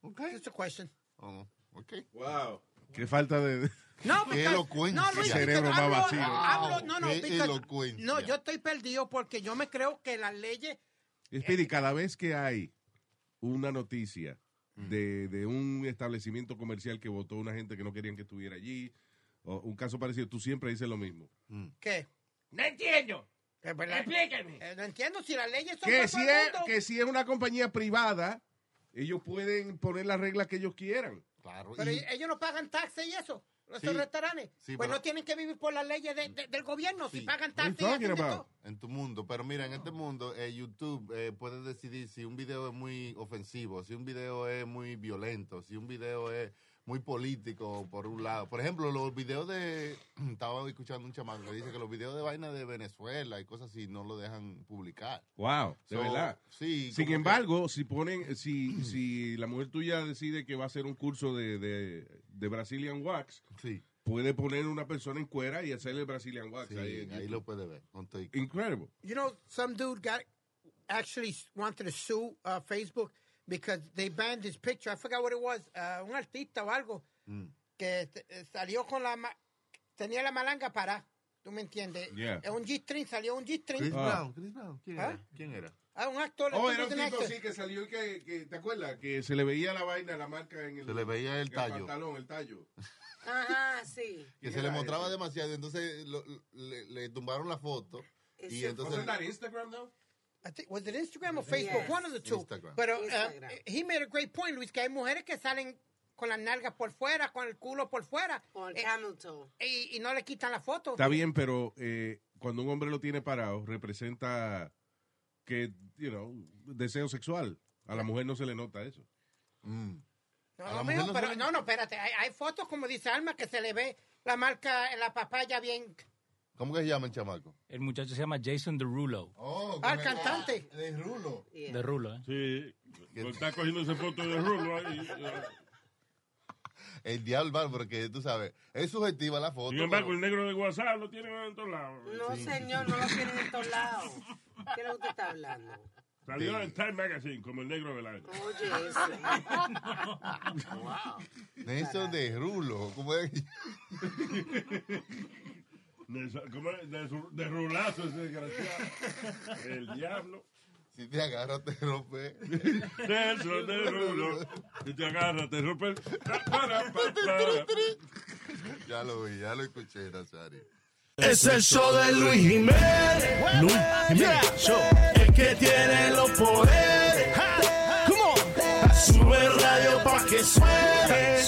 Speaker 6: Okay. Just a question.
Speaker 5: Oh, okay.
Speaker 1: Wow. Qué falta de...
Speaker 6: No,
Speaker 5: [LAUGHS] Qué
Speaker 6: porque
Speaker 5: elocuencia.
Speaker 6: no, Luis,
Speaker 1: Qué cerebro más
Speaker 6: because hablo-
Speaker 1: vacío.
Speaker 6: hablo- no, no,
Speaker 5: Qué
Speaker 6: because-
Speaker 5: elocuencia.
Speaker 6: no, yo estoy perdido porque yo me creo que las leyes
Speaker 1: Espiri, cada vez que hay una noticia
Speaker 5: Mm.
Speaker 1: de, de un establecimiento comercial que votó una gente que no querían que estuviera allí, o un caso parecido, tú siempre dices lo mismo.
Speaker 5: Mm.
Speaker 6: que
Speaker 10: No entiendo.
Speaker 6: es verdad.
Speaker 10: Explíqueme.
Speaker 6: Eh, no entiendo si las leyes son
Speaker 1: Que
Speaker 6: para
Speaker 1: si,
Speaker 6: todo el
Speaker 1: es,
Speaker 6: mundo.
Speaker 1: que si es una compañía privada, ellos pueden poner las reglas que ellos quieran.
Speaker 5: Claro.
Speaker 6: Pero
Speaker 5: y-
Speaker 6: ellos no pagan taxes y eso. Los
Speaker 5: Sí.
Speaker 6: restaurantes.
Speaker 5: Sí,
Speaker 6: pues
Speaker 5: pero- Mm.
Speaker 6: no tienen que vivir por las leyes de- de- del gobierno. Si
Speaker 5: Sí.
Speaker 6: pagan
Speaker 1: What are you
Speaker 6: taxes y hacen
Speaker 1: talking
Speaker 6: de
Speaker 1: about?
Speaker 6: todo.
Speaker 5: en tu mundo. Pero mira, en este mundo, eh, YouTube eh, puede decidir si un video es muy ofensivo, si un video es muy violento, si un video es muy político, por un lado. Por ejemplo, los videos de... [CLEARS THROAT] Estaba escuchando un chamán que dice que los videos de vaina de Venezuela y cosas así no lo dejan publicar.
Speaker 1: Wow, de
Speaker 5: So,
Speaker 1: verdad.
Speaker 5: Sí.
Speaker 1: Sin
Speaker 5: como que-
Speaker 1: embargo, si ponen, si, si la mujer tuya decide que va a hacer un curso de, de, de Brazilian Wax,
Speaker 5: Sí,
Speaker 1: puede poner una persona en cuera y hacerle Brazilian Wax.
Speaker 5: sí,
Speaker 1: ahí en
Speaker 5: ahí
Speaker 1: YouTube.
Speaker 5: lo puede ver. con todo y-
Speaker 1: Incredible.
Speaker 6: You know, some dude got actually wanted to sue uh, Facebook because they banned his picture. I forgot what it was. Uh, un artista o algo que t- eh, salió con la ma- tenía la malanga para. ¿Tú me entiendes?
Speaker 1: Yeah.
Speaker 6: Eh, Un G-string salió un G-string.
Speaker 5: Chris
Speaker 1: Ah.
Speaker 5: Brown, Chris Brown, ¿quién
Speaker 6: ¿Ah?
Speaker 5: era? ¿Quién era?
Speaker 6: Ah, un actor.
Speaker 1: Oh,
Speaker 6: entonces
Speaker 1: era un
Speaker 6: un
Speaker 1: tipo
Speaker 6: actor.
Speaker 1: así que salió y que, que- ¿te acuerdas? Que se le veía la vaina, la marca en el,
Speaker 5: Se le veía el
Speaker 1: en
Speaker 5: tallo.
Speaker 1: pantalón, el tallo.
Speaker 7: Ajá, sí.
Speaker 5: Que
Speaker 1: Era
Speaker 5: se le mostraba
Speaker 1: ese.
Speaker 5: demasiado, entonces lo- le, le tumbaron la foto. Y
Speaker 7: Ese
Speaker 5: entonces...
Speaker 1: that Instagram, though?
Speaker 6: I think, was it Instagram or Facebook?
Speaker 7: Yes.
Speaker 6: One of the two.
Speaker 5: Instagram.
Speaker 6: Pero um,
Speaker 7: Instagram.
Speaker 6: he made a great point, Luis, que hay mujeres que salen con las nalgas por fuera, con el culo por fuera,
Speaker 7: Con
Speaker 6: eh,
Speaker 7: el camel toe.
Speaker 6: y, y no le quitan la foto.
Speaker 1: Está bien, pero eh, cuando un hombre lo tiene parado, representa que, you know, deseo sexual. A la mujer no se le nota eso.
Speaker 5: Mm.
Speaker 6: No,
Speaker 5: A
Speaker 6: no,
Speaker 5: la
Speaker 6: mijo,
Speaker 5: mujer no
Speaker 6: pero-
Speaker 5: se le-
Speaker 6: no, no, espérate. Hay, hay fotos, como dice Alma, que se le ve la marca en la papaya bien.
Speaker 5: ¿Cómo que se llama el chamaco?
Speaker 10: El muchacho se llama Jason Derulo.
Speaker 5: Oh,
Speaker 6: Ah, el cantante.
Speaker 5: De Rulo.
Speaker 7: Yeah.
Speaker 10: De Rulo, ¿eh?
Speaker 8: Sí, lo está cogiendo esa foto de Rulo ahí. eh.
Speaker 5: El diablo, Álvaro, porque tú sabes, es subjetiva la foto.
Speaker 8: Sin embargo, el
Speaker 5: pero-
Speaker 8: negro de WhatsApp lo tienen en todos lados.
Speaker 7: No, señor, no lo tienen en todos lados. ¿Qué es lo que usted está hablando?
Speaker 8: Salió en Time Magazine como el negro del año.
Speaker 7: Oye, ese.
Speaker 1: Mm.
Speaker 9: [LAUGHS]
Speaker 5: Nelson de Rulo. ¿Cómo es?
Speaker 8: De, esa- ¿cómo es? de, su- de rulazo ese desgraciado. El diablo.
Speaker 5: Si te agarra, te rompe.
Speaker 8: Eso de rulo. Y te agarra, te rompe
Speaker 5: [LAUGHS]
Speaker 8: el... Pa, para, pa, para.
Speaker 5: Ya lo vi, ya lo escuché, Nazari.
Speaker 4: Es el show de Luis Jiménez. Luis Jiménez Show. El que tiene los poderes. Come on. Sube el radio pa' que suene.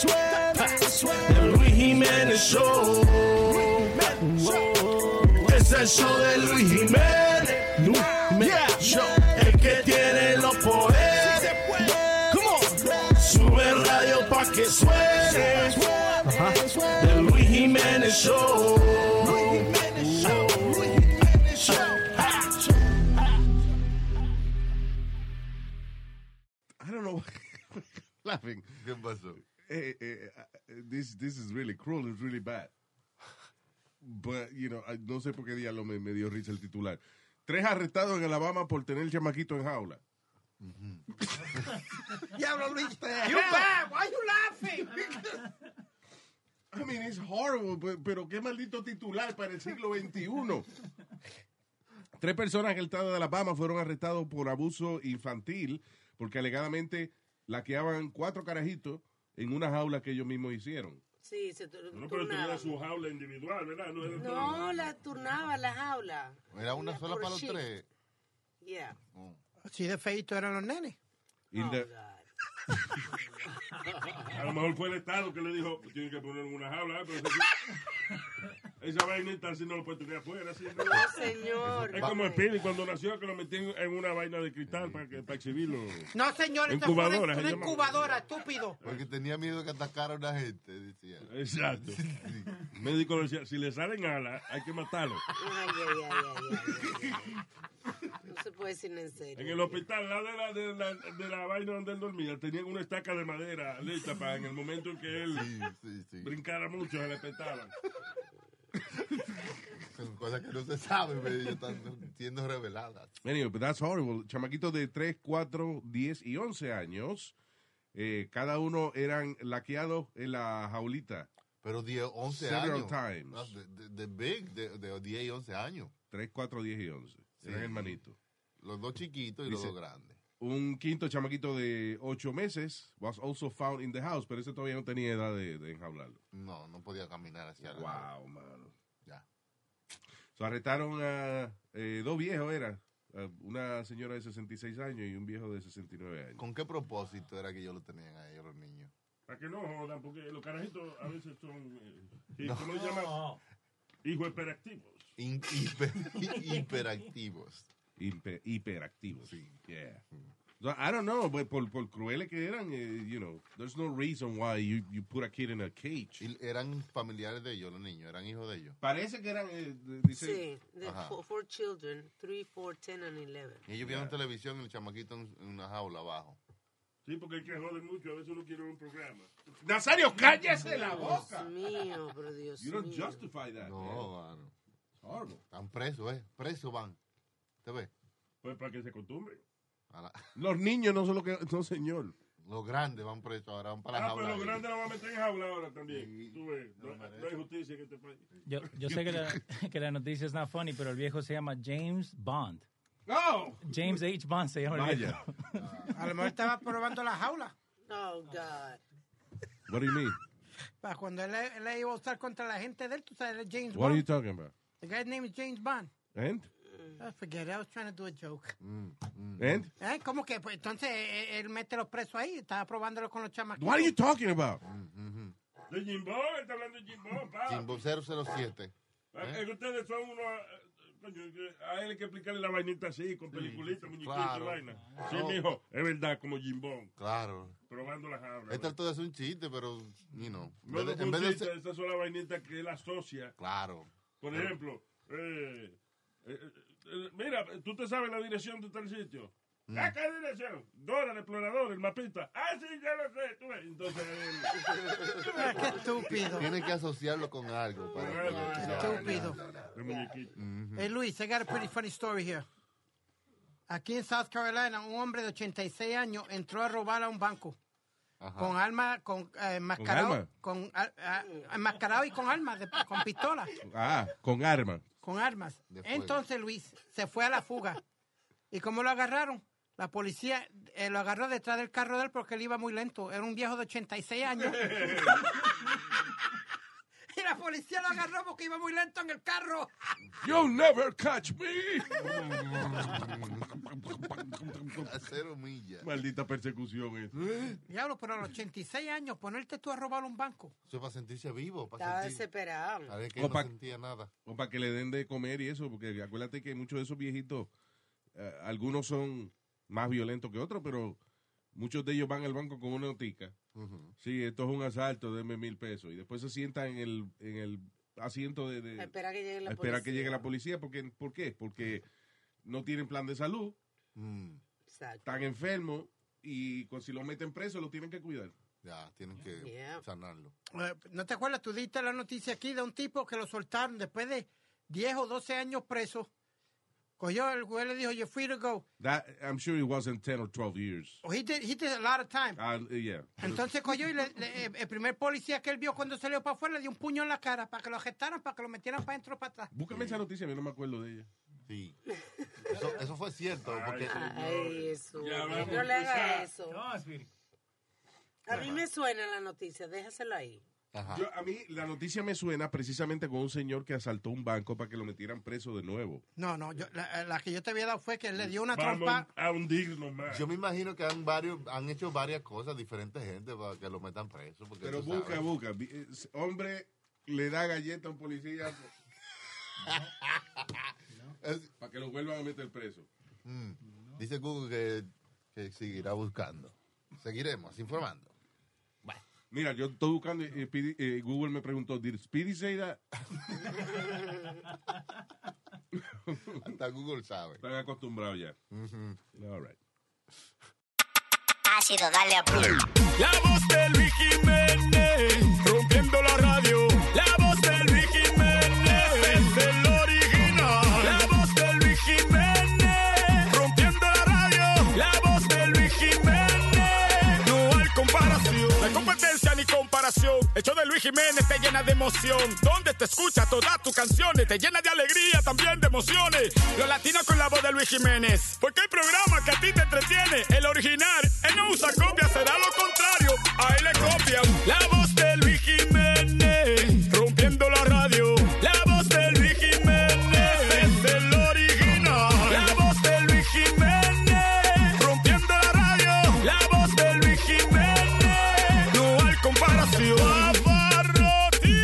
Speaker 4: El Luis Jiménez Show. Es el show de Luis Jiménez. Luis Jiménez Show. El que tiene los poderes. Come on. Sube el radio pa' que suene. El Luis Jiménez Show.
Speaker 1: I don't know why [LAUGHS] laughing.
Speaker 5: ¿Qué pasó?
Speaker 1: Eh, eh, eh, this, this is really cruel, it's really bad. But, you know, I- no sé por qué diablo me, me dio risa el titular. Tres arrestados en Alabama por tener el chamaquito en jaula.
Speaker 6: Diablo, Luis. You bad. Why you laughing?
Speaker 1: I mean, it's horrible, pe- pero qué maldito titular para el siglo XXI. Tres personas en el estado de Alabama fueron arrestados por abuso infantil porque alegadamente laqueaban cuatro carajitos en una jaula que ellos mismos hicieron.
Speaker 7: Sí, se tu-
Speaker 8: No, pero tenía
Speaker 7: turnaba.
Speaker 8: su jaula individual, ¿verdad? No era todo.
Speaker 7: No, la turnaba la jaula.
Speaker 5: ¿Era una
Speaker 7: Era
Speaker 5: sola
Speaker 7: por
Speaker 5: para los
Speaker 7: shift.
Speaker 5: tres?
Speaker 7: Yeah.
Speaker 6: Sí, de feito eran los nenes.
Speaker 1: In
Speaker 7: Oh,
Speaker 1: the-
Speaker 7: God.
Speaker 8: A lo mejor fue el Estado que le dijo, tienen que poner una jaula, ¿eh? pero ese- esa vainita así no lo puede tener afuera. Así, ¿no?
Speaker 7: No, señor.
Speaker 8: Es como el Pili cuando nació, que lo metían en una vaina de cristal para, que, para exhibirlo.
Speaker 6: No, señor, esa fue
Speaker 8: Incubadora,
Speaker 6: una,
Speaker 8: se
Speaker 6: una
Speaker 8: llama.
Speaker 6: incubadora, estúpido.
Speaker 5: Porque tenía miedo que atacara a una gente, decía. [LAUGHS]
Speaker 8: Exacto. El médico decía, si le salen alas, hay que matarlo.
Speaker 7: Ay, ay, ay, ay, ay, ay, ay. No se puede decir en
Speaker 8: En
Speaker 7: serio.
Speaker 8: el hospital, al lado de la, de la, de la vaina donde él dormía, tenían una estaca de madera lista para en el momento en que él
Speaker 5: Sí, sí, sí.
Speaker 8: brincara mucho, se le petaban.
Speaker 5: Son cosas que no se saben, pero ellos están siendo reveladas.
Speaker 1: Anyway, but that's horrible. Chamaquitos de 3, 4, 10 y 11 años eh, cada uno eran laqueados en la jaulita.
Speaker 5: Pero 10, 11
Speaker 1: Several
Speaker 5: años.
Speaker 1: times.
Speaker 5: De, de- de big, de, de 10 y 11 años.
Speaker 1: 3, 4, 10 y 11. Eran
Speaker 5: Sí.
Speaker 1: hermanitos.
Speaker 5: Los dos chiquitos y
Speaker 1: Dice-
Speaker 5: los dos grandes.
Speaker 1: Un quinto chamaquito de 8 meses was also found in the house, pero ese todavía no tenía edad de, de enjaularlo.
Speaker 5: No, no podía caminar hacia la
Speaker 1: Wow, mano.
Speaker 5: Ya.
Speaker 1: So, arrestaron a eh, dos viejos, era. A Una señora de 66 años y un viejo de 69 años.
Speaker 5: ¿Con qué propósito era que ellos lo tenían a ellos los niños?
Speaker 8: Para que no jodan, porque los carajitos a veces son. eh, y ¿Cómo lo llaman? Hijos hiperactivos.
Speaker 5: Hin- hiper- [LAUGHS] hiperactivos.
Speaker 1: Hiper- hiperactivos. Yeah.
Speaker 5: Mm.
Speaker 1: So, I don't know, but por, por crueles que eran, eh, you know, there's no reason why you, you put a kid in a cage.
Speaker 5: Y eran familiares de ellos los niños, eran hijos de ellos.
Speaker 1: Parece que eran, eh, de- dice,
Speaker 7: Sí, the
Speaker 5: Ajá.
Speaker 7: four, four children, three, four, ten, and eleven.
Speaker 5: Y ellos vieron televisión y el chamaquito en en una jaula abajo.
Speaker 8: Sí, porque hay que joder mucho, a veces uno quiere ver un programa.
Speaker 1: Nazario, cállese la boca.
Speaker 7: Dios mío, pero Dios
Speaker 1: You don't
Speaker 7: mío.
Speaker 1: justify that. man.
Speaker 5: No, mano.
Speaker 1: Horrible.
Speaker 5: Están presos, ¿eh? Presos van. ¿Te ves?
Speaker 8: Pues para que se acostumbre.
Speaker 5: A la-
Speaker 1: Los niños no son lo que. No, señor.
Speaker 5: los grandes van presos ahora, van para la
Speaker 8: Ah,
Speaker 5: jaula.
Speaker 8: pero los
Speaker 5: ahí.
Speaker 8: grandes la van a meter en jaula ahora también.
Speaker 5: Sí.
Speaker 8: Tú ves, no,
Speaker 5: No merece.
Speaker 8: no hay justicia en este país.
Speaker 10: Yo, yo sé que la,
Speaker 1: [LAUGHS]
Speaker 10: que la noticia es not funny, pero el viejo se llama James Bond.
Speaker 1: No.
Speaker 10: James H. Bond se llama el viejo.
Speaker 1: Vaya.
Speaker 6: A lo mejor estaba probando la jaula.
Speaker 7: Oh, God.
Speaker 1: [LAUGHS] What do you mean?
Speaker 6: Para cuando él, él iba a usar contra la gente de él, tú sabes, él es James
Speaker 1: What are you
Speaker 6: Bond.
Speaker 1: talking about?
Speaker 6: The guy's name is James Bond.
Speaker 1: And?
Speaker 6: I forget, it, I was trying to do a joke.
Speaker 1: Mm.
Speaker 5: Mm.
Speaker 1: And?
Speaker 6: ¿Eh? ¿Cómo que? Pues entonces eh, él mete los presos ahí, estaba probándolo con los chamacos.
Speaker 1: What are you talking about?
Speaker 5: Mm,
Speaker 8: De Jimbo, está hablando de Jimbo, pa.
Speaker 5: Jimbo 007.
Speaker 8: Ah,
Speaker 5: ¿eh?
Speaker 8: Es que ustedes son unos. ah, coño, que A él hay que explicarle la vainita así, con peliculita, muñequito
Speaker 5: claro.
Speaker 8: y vaina. Sí,
Speaker 5: No.
Speaker 8: mijo, es verdad, como Jimbo,
Speaker 5: Claro.
Speaker 8: probando las jaula.
Speaker 5: Él
Speaker 2: [LAUGHS]
Speaker 5: trató de hacer un chiste, pero, you know. en
Speaker 8: No,
Speaker 5: vez de-
Speaker 8: no,
Speaker 5: en vez de
Speaker 8: consiste,
Speaker 5: ser-
Speaker 8: esas son las vainitas que él asocia.
Speaker 5: Claro.
Speaker 8: Por ejemplo, eh, eh, eh, mira, tú te sabes la dirección de tal sitio.
Speaker 5: Mm.
Speaker 8: ¿A qué dirección? Dora, el explorador, el mapita. Ah, sí, ya lo sé. Tú ves. Entonces,
Speaker 6: Ah,
Speaker 5: [LAUGHS]
Speaker 6: Qué estúpido.
Speaker 5: Tiene que asociarlo con algo. Para que-
Speaker 6: Estúpido.
Speaker 8: el muñequito.
Speaker 6: Hey, Eh, Luis, I got a pretty funny story here. Aquí en South Carolina, un hombre de 86 años entró a robar a un banco. Con arma, con eh, enmascarado.
Speaker 1: arma?
Speaker 6: Con ar- ah, enmascarado y con armas, de- con
Speaker 1: [LAUGHS]
Speaker 6: pistola,
Speaker 1: Ah, con arma.
Speaker 6: con armas.
Speaker 5: De fuego.
Speaker 6: Entonces Luis se fue a la fuga. ¿Y cómo lo agarraron? La policía eh, lo agarró detrás del carro de él porque él iba muy lento. Era un viejo de 86 años.
Speaker 5: [LAUGHS]
Speaker 6: y la policía lo agarró porque iba muy lento en el carro.
Speaker 1: You'll never catch me.
Speaker 5: A cero
Speaker 1: [LAUGHS]
Speaker 5: millas.
Speaker 1: Maldita persecución. esta.
Speaker 6: Diablo, pero a los 86 años ponerte tú a robar un banco.
Speaker 5: Eso es para sentirse vivo.
Speaker 7: Estaba
Speaker 5: Para sentir...
Speaker 7: desesperado.
Speaker 5: Parece que
Speaker 1: O
Speaker 5: no
Speaker 1: pa-
Speaker 5: sentía nada.
Speaker 1: O para que le den de comer y eso, porque acuérdate que muchos de esos viejitos, eh, algunos son más violentos que otros, pero muchos de ellos van al banco con una notica.
Speaker 5: Ujú.
Speaker 1: Sí, esto es un asalto, denme mil pesos. Y después se sientan en el, en el asiento de, de-
Speaker 7: A esperar que llegue la
Speaker 1: a esperar que
Speaker 7: policía.
Speaker 1: llegue la policía. Porque, ¿Por qué? Porque no tienen plan de salud,
Speaker 5: Mm,
Speaker 7: Exacto.
Speaker 1: están enfermos y cu- si los meten presos los tienen que cuidar.
Speaker 5: ya, tienen que
Speaker 7: Yeah.
Speaker 5: sanarlo.
Speaker 6: Eh, ¿No te acuerdas? Tú diste la noticia aquí de un tipo que lo soltaron después de 10 o 12 años preso. Cogió el güey le dijo, you're free to go.
Speaker 1: That, I'm sure it wasn't 10 or 12 years.
Speaker 6: Oh, he, did, he did a lot of time.
Speaker 1: Ah, yeah.
Speaker 6: Entonces cogió y le- le- eh, el primer policía que él vio cuando salió para afuera le dio un puño en la cara para que lo arrestaran, para que lo metieran para adentro para atrás.
Speaker 1: Búscame esa noticia, yo no me acuerdo de ella.
Speaker 5: Sí. Eso, eso fue cierto. Porque
Speaker 7: Ay, eso.
Speaker 8: Ya vamos
Speaker 7: No le
Speaker 8: a empezar.
Speaker 7: haga eso.
Speaker 10: No, Spirit.
Speaker 7: A mí me suena la noticia, déjaselo ahí.
Speaker 5: Ajá.
Speaker 1: Yo- a mí la noticia me suena precisamente con un señor que asaltó un banco para que lo metieran preso de nuevo.
Speaker 6: No, no, yo- la, la que yo te había dado fue que le dio una
Speaker 8: Vamos
Speaker 6: trompa.
Speaker 8: a hundirnos más.
Speaker 5: Yo me imagino que han varios, han hecho varias cosas diferentes gente para que lo metan preso. Porque
Speaker 1: Pero
Speaker 5: tú sabes.
Speaker 1: busca, busca. Vi- eh, Hombre le da galleta a un
Speaker 5: [LAUGHS]
Speaker 1: policía
Speaker 5: Es-
Speaker 1: para que lo vuelvan a meter preso.
Speaker 5: mm, dice Google que, que seguirá buscando. Seguiremos informando.
Speaker 1: Mira, yo estoy buscando y eh, Speedy- eh, Google me preguntó, ¿Did Speedy say that?"
Speaker 5: Hasta Google sabe.
Speaker 1: Están acostumbrados ya. All right.
Speaker 2: Ha sido dale a play.
Speaker 4: La voz de Luis Jiménez, rompiendo la radio. La voz de Luis Jiménez, es el original. La voz de Luis Jiménez, rompiendo la radio. La voz de Luis Jiménez, no hay comparación.
Speaker 11: tienes, te llena de emoción. Donde te escucha todas tus canciones, te llena de alegría, también de emociones. Los latinos con la voz de Luis Jiménez. Porque el programa que a ti te entretiene, el original, él no usa copia, será lo contrario. Ahí le copian la voz de Luis Jiménez, rompiendo la radio. La voz de Luis Jiménez es el original. La voz de Luis Jiménez, rompiendo la radio. La voz de Luis Jiménez, no hay comparación. Pavarotti.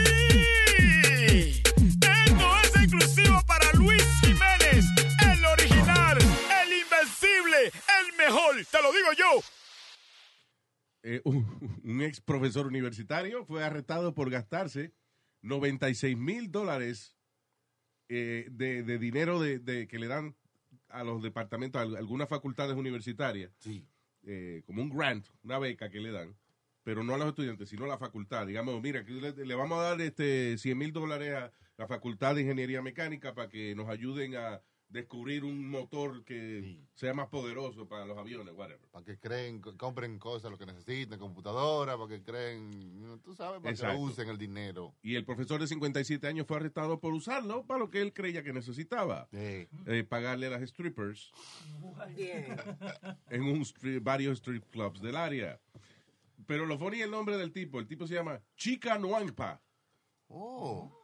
Speaker 11: Esto es exclusivo para Luis Jiménez, el original, el invencible, el mejor. Te lo digo yo.
Speaker 1: Eh, [LAUGHS] un, un ex profesor universitario fue arrestado por gastarse 96 mil dólares eh, de, de dinero de, de- que le dan a los departamentos, a algunas facultades universitarias, eh, como un grant, una beca que le dan, pero no a los estudiantes, sino a la facultad. Digamos, mira, aquí le, le vamos a dar este 100 mil dólares a la Facultad de Ingeniería Mecánica para que nos ayuden a descubrir un motor que sea más poderoso para los aviones, whatever.
Speaker 5: Para que creen, co- compren cosas lo que necesiten, computadora, para que creen, tú sabes, para que
Speaker 1: Exacto.
Speaker 5: usen el dinero.
Speaker 1: Y el profesor de 57 años fue arrestado por usarlo para lo que él creía que necesitaba. Eh, pagarle a las strippers
Speaker 7: Bien.
Speaker 1: en un stri- varios strip clubs del área. Pero lo funny es el nombre del tipo. El tipo se llama Chica Nuampa.
Speaker 5: Oh.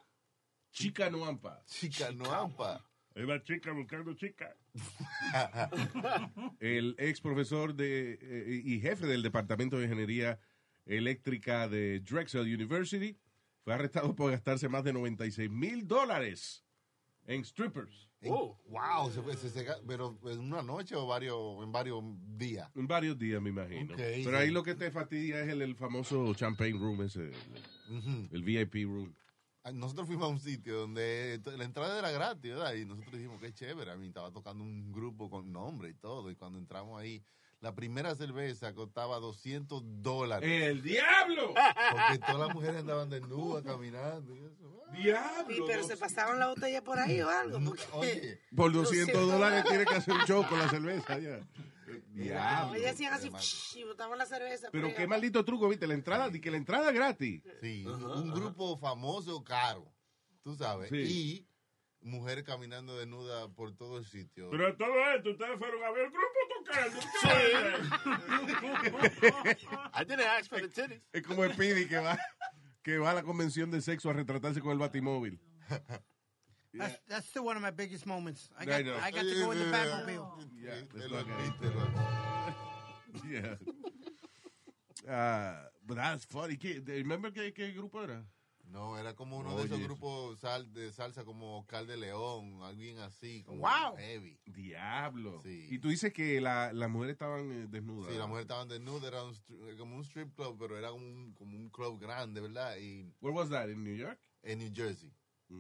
Speaker 1: Chica Nuampa.
Speaker 5: Chica Nuampa.
Speaker 8: Ahí va chica buscando chica.
Speaker 1: el ex profesor de, eh, y jefe del Departamento de Ingeniería Eléctrica de Drexel University fue arrestado por gastarse más de 96 mil dólares en strippers.
Speaker 5: Wow, se, fue- se- se ga- pero en una noche o varios, en varios días.
Speaker 1: En varios días, me imagino.
Speaker 5: Ok.
Speaker 1: Pero ahí lo que te fastidia es el, el famoso champagne room ese. El VIP room.
Speaker 5: Ah, Nosotros fuimos a un sitio donde to- la entrada era gratis, ¿verdad? Y nosotros dijimos, qué chévere. A mí estaba tocando un grupo con nombre y todo. Y cuando entramos ahí, la primera cerveza costaba 200 dólares.
Speaker 1: ¡El diablo!
Speaker 5: Porque todas las mujeres andaban desnudas caminando.
Speaker 8: [LAUGHS]
Speaker 5: y eso.
Speaker 7: Sí, pero se pasaban la botella por ahí o algo. porque-
Speaker 5: Mm,
Speaker 1: Por 200 dólares
Speaker 7: dólares.
Speaker 1: tiene que hacer un show con la cerveza. Ya.
Speaker 7: No,
Speaker 1: Eh, Diablo.
Speaker 7: ellas hacían así psh, y botaban la cerveza.
Speaker 1: Pero
Speaker 7: por
Speaker 1: qué
Speaker 7: ahí.
Speaker 1: maldito truco, viste, la entrada, di que la entrada gratis.
Speaker 5: Sí, un grupo famoso caro, tú sabes.
Speaker 1: Sí.
Speaker 5: Y mujeres caminando desnudas por todo el sitio.
Speaker 8: Pero a todo esto, ustedes fueron a ver el grupo tocando.
Speaker 9: I didn't ask for the titties.
Speaker 1: Es como Speedy que va, que va a la convención de sexo a retratarse con el batimóvil.
Speaker 6: That's, that's still one of my biggest moments. I
Speaker 1: I
Speaker 6: got,
Speaker 1: know.
Speaker 6: I got to go in the Batmobile.
Speaker 1: Yeah,
Speaker 5: Te lo
Speaker 1: okay.
Speaker 5: admite, lo-
Speaker 1: [LAUGHS] Yeah. Ah, but that's funny. ¿Qué, de- remember qué, qué grupo era?
Speaker 5: No, era como uno
Speaker 1: Oye,
Speaker 5: de esos
Speaker 1: eso.
Speaker 5: grupos sal- de salsa como Cal de León, alguien así, como
Speaker 1: Wow.
Speaker 5: heavy.
Speaker 1: Diablo. Y tú dices que la- las mujeres estaban eh, desnudas.
Speaker 5: Sí, las mujeres estaban desnudas, era un stri- eh, como un strip club, pero era un, como un club grande, ¿verdad? Y
Speaker 1: Where was that? In New York? Mm.
Speaker 5: en New Jersey.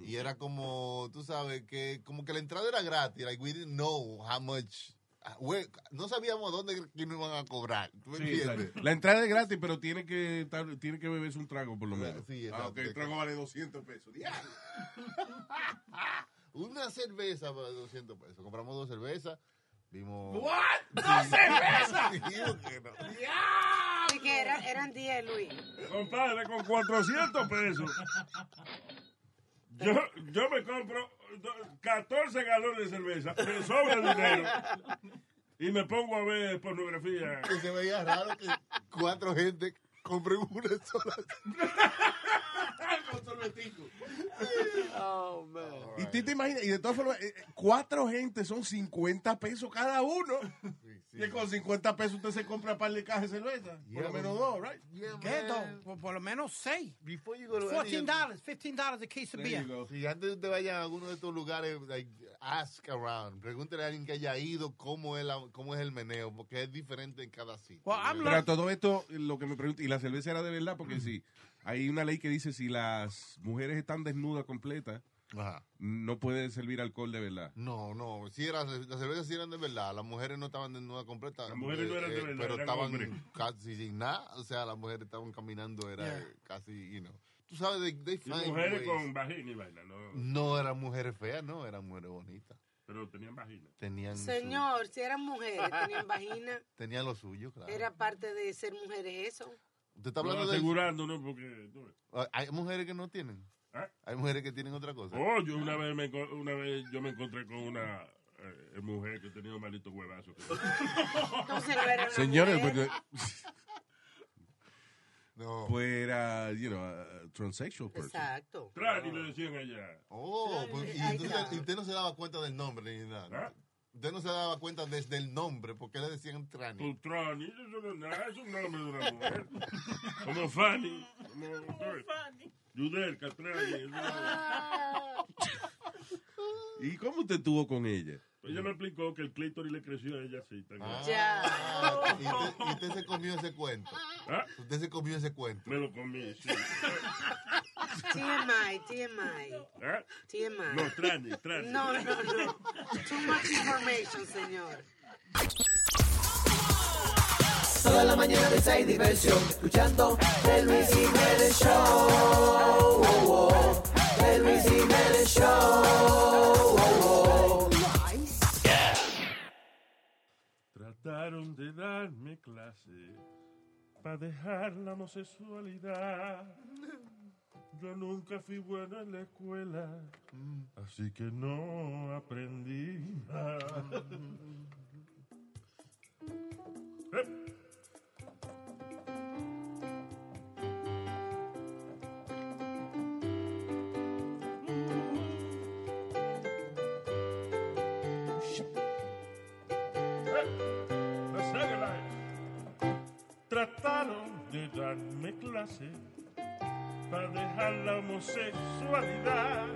Speaker 5: Y era como, tú sabes, que como que la entrada era gratis. Like, we didn't know how much. we- no sabíamos dónde que nos iban a cobrar. ¿Tú [LAUGHS] me
Speaker 1: Sí,
Speaker 5: entiendes?
Speaker 1: exacto. la entrada es gratis, pero tiene que estar- tiene que beberse un trago por lo menos.
Speaker 5: Sí,
Speaker 1: Ah,
Speaker 5: exacto.
Speaker 1: ok, el trago vale 200 pesos. ¡Diablo!
Speaker 5: [LAUGHS] Una cerveza para 200 pesos. Compramos dos cervezas. Vimos.
Speaker 4: What?
Speaker 5: Sí.
Speaker 4: ¡Dos
Speaker 5: [LAUGHS]
Speaker 4: cervezas!
Speaker 5: Digo que no.
Speaker 7: Sí, que eran, eran 10, Luis.
Speaker 8: Compadre, con 400 pesos. Yo, yo me compro do- 14 galones de cerveza, me sobra
Speaker 2: [LAUGHS]
Speaker 8: dinero. Y me pongo a ver pornografía.
Speaker 5: Que se veía raro que cuatro gente compren una sola.
Speaker 4: Oh, man.
Speaker 1: Y tú te imaginas, y de todas formas, eh, eh, cuatro gente son 50 pesos cada
Speaker 5: [LAUGHS]
Speaker 1: uno. Y con 50 pesos usted se compra un par de cajas de cerveza. por lo menos dos, right?
Speaker 6: ¿Qué dos? Por, por lo menos seis.
Speaker 5: to
Speaker 6: $14, $15 a case of beer.
Speaker 5: Si antes usted vaya a alguno de estos lugares, like, ask around. Pregúntele a alguien que haya ido cómo es, la- cómo es el meneo, porque es diferente en cada sitio.
Speaker 1: Pero a todo esto, lo que me pregunto, y la cerveza era de verdad,
Speaker 5: Mm.
Speaker 1: porque si hay una ley que dice si las mujeres están desnudas completas, no puede servir alcohol de verdad.
Speaker 5: No, no, si era, las cervezas sí eran de verdad, las mujeres no estaban desnudas completas.
Speaker 8: Las mujeres no eran de verdad,
Speaker 5: eh, Pero
Speaker 8: eran
Speaker 5: estaban
Speaker 8: hombres.
Speaker 5: casi sin nada, o sea, las mujeres estaban caminando, era eh, casi, you know. Tú sabes, they, they
Speaker 8: Y
Speaker 5: find
Speaker 8: mujeres
Speaker 5: ways.
Speaker 8: con vagina y vaina, ¿no?
Speaker 5: No eran mujeres feas, no, eran mujeres bonitas.
Speaker 8: Pero tenían vagina.
Speaker 5: Tenían, su-
Speaker 7: Señor,
Speaker 5: [LAUGHS]
Speaker 7: si eran mujeres, tenían vagina,
Speaker 5: tenían lo suyo, claro.
Speaker 7: era parte de ser mujeres eso.
Speaker 5: Te está hablando
Speaker 8: No,
Speaker 5: de-
Speaker 8: asegurando, ¿no? Porque... tú ves. ¿Eh?
Speaker 5: Ah, Hay mujeres que no tienen. Hay mujeres que tienen otra cosa.
Speaker 8: Oh, yo una vez me, enco- una vez yo me encontré con una eh, mujer que tenía un maldito huevazo.
Speaker 7: [LAUGHS] Entonces no era una
Speaker 1: Señores,
Speaker 7: mujer.
Speaker 1: pues,
Speaker 5: [LAUGHS] No.
Speaker 1: pues era, you know, a transsexual person.
Speaker 7: Exacto.
Speaker 8: Tran, y le decían allá.
Speaker 5: Oh, pues, y, usted, y usted no se daba cuenta del nombre ni
Speaker 8: ¿Ah?
Speaker 5: nada. Usted no se daba cuenta desde el nombre, porque le decían Trani.
Speaker 8: Tu Pues, Trani, eso no es nada, es un nombre de una mujer. Como Fanny. Como, Yudelka, Trani. eso
Speaker 2: Ah.
Speaker 8: no-
Speaker 1: ¿Y cómo usted estuvo con ella?
Speaker 8: Ella me explicó que el clítoris le creció a ella así. tan grande.
Speaker 5: Ah, y, usted, y usted se comió ese cuento.
Speaker 8: ¿Ah?
Speaker 5: Usted se comió ese cuento.
Speaker 8: Me lo comí, sí.
Speaker 7: TMI, TMI.
Speaker 8: ¿Ah?
Speaker 7: TMI.
Speaker 8: No, Trani, Trani.
Speaker 7: No, no, no. Too much information, señor.
Speaker 4: Toda la mañana de seis diversión, escuchando el Luis Jiménez Show. El Luis Jiménez Show.
Speaker 8: Trataron de darme clase para dejar la homosexualidad. Yo nunca fui bueno en la escuela, así que no aprendí. nada. La serie al aire. Trataron de darme clase para dejar la homosexualidad.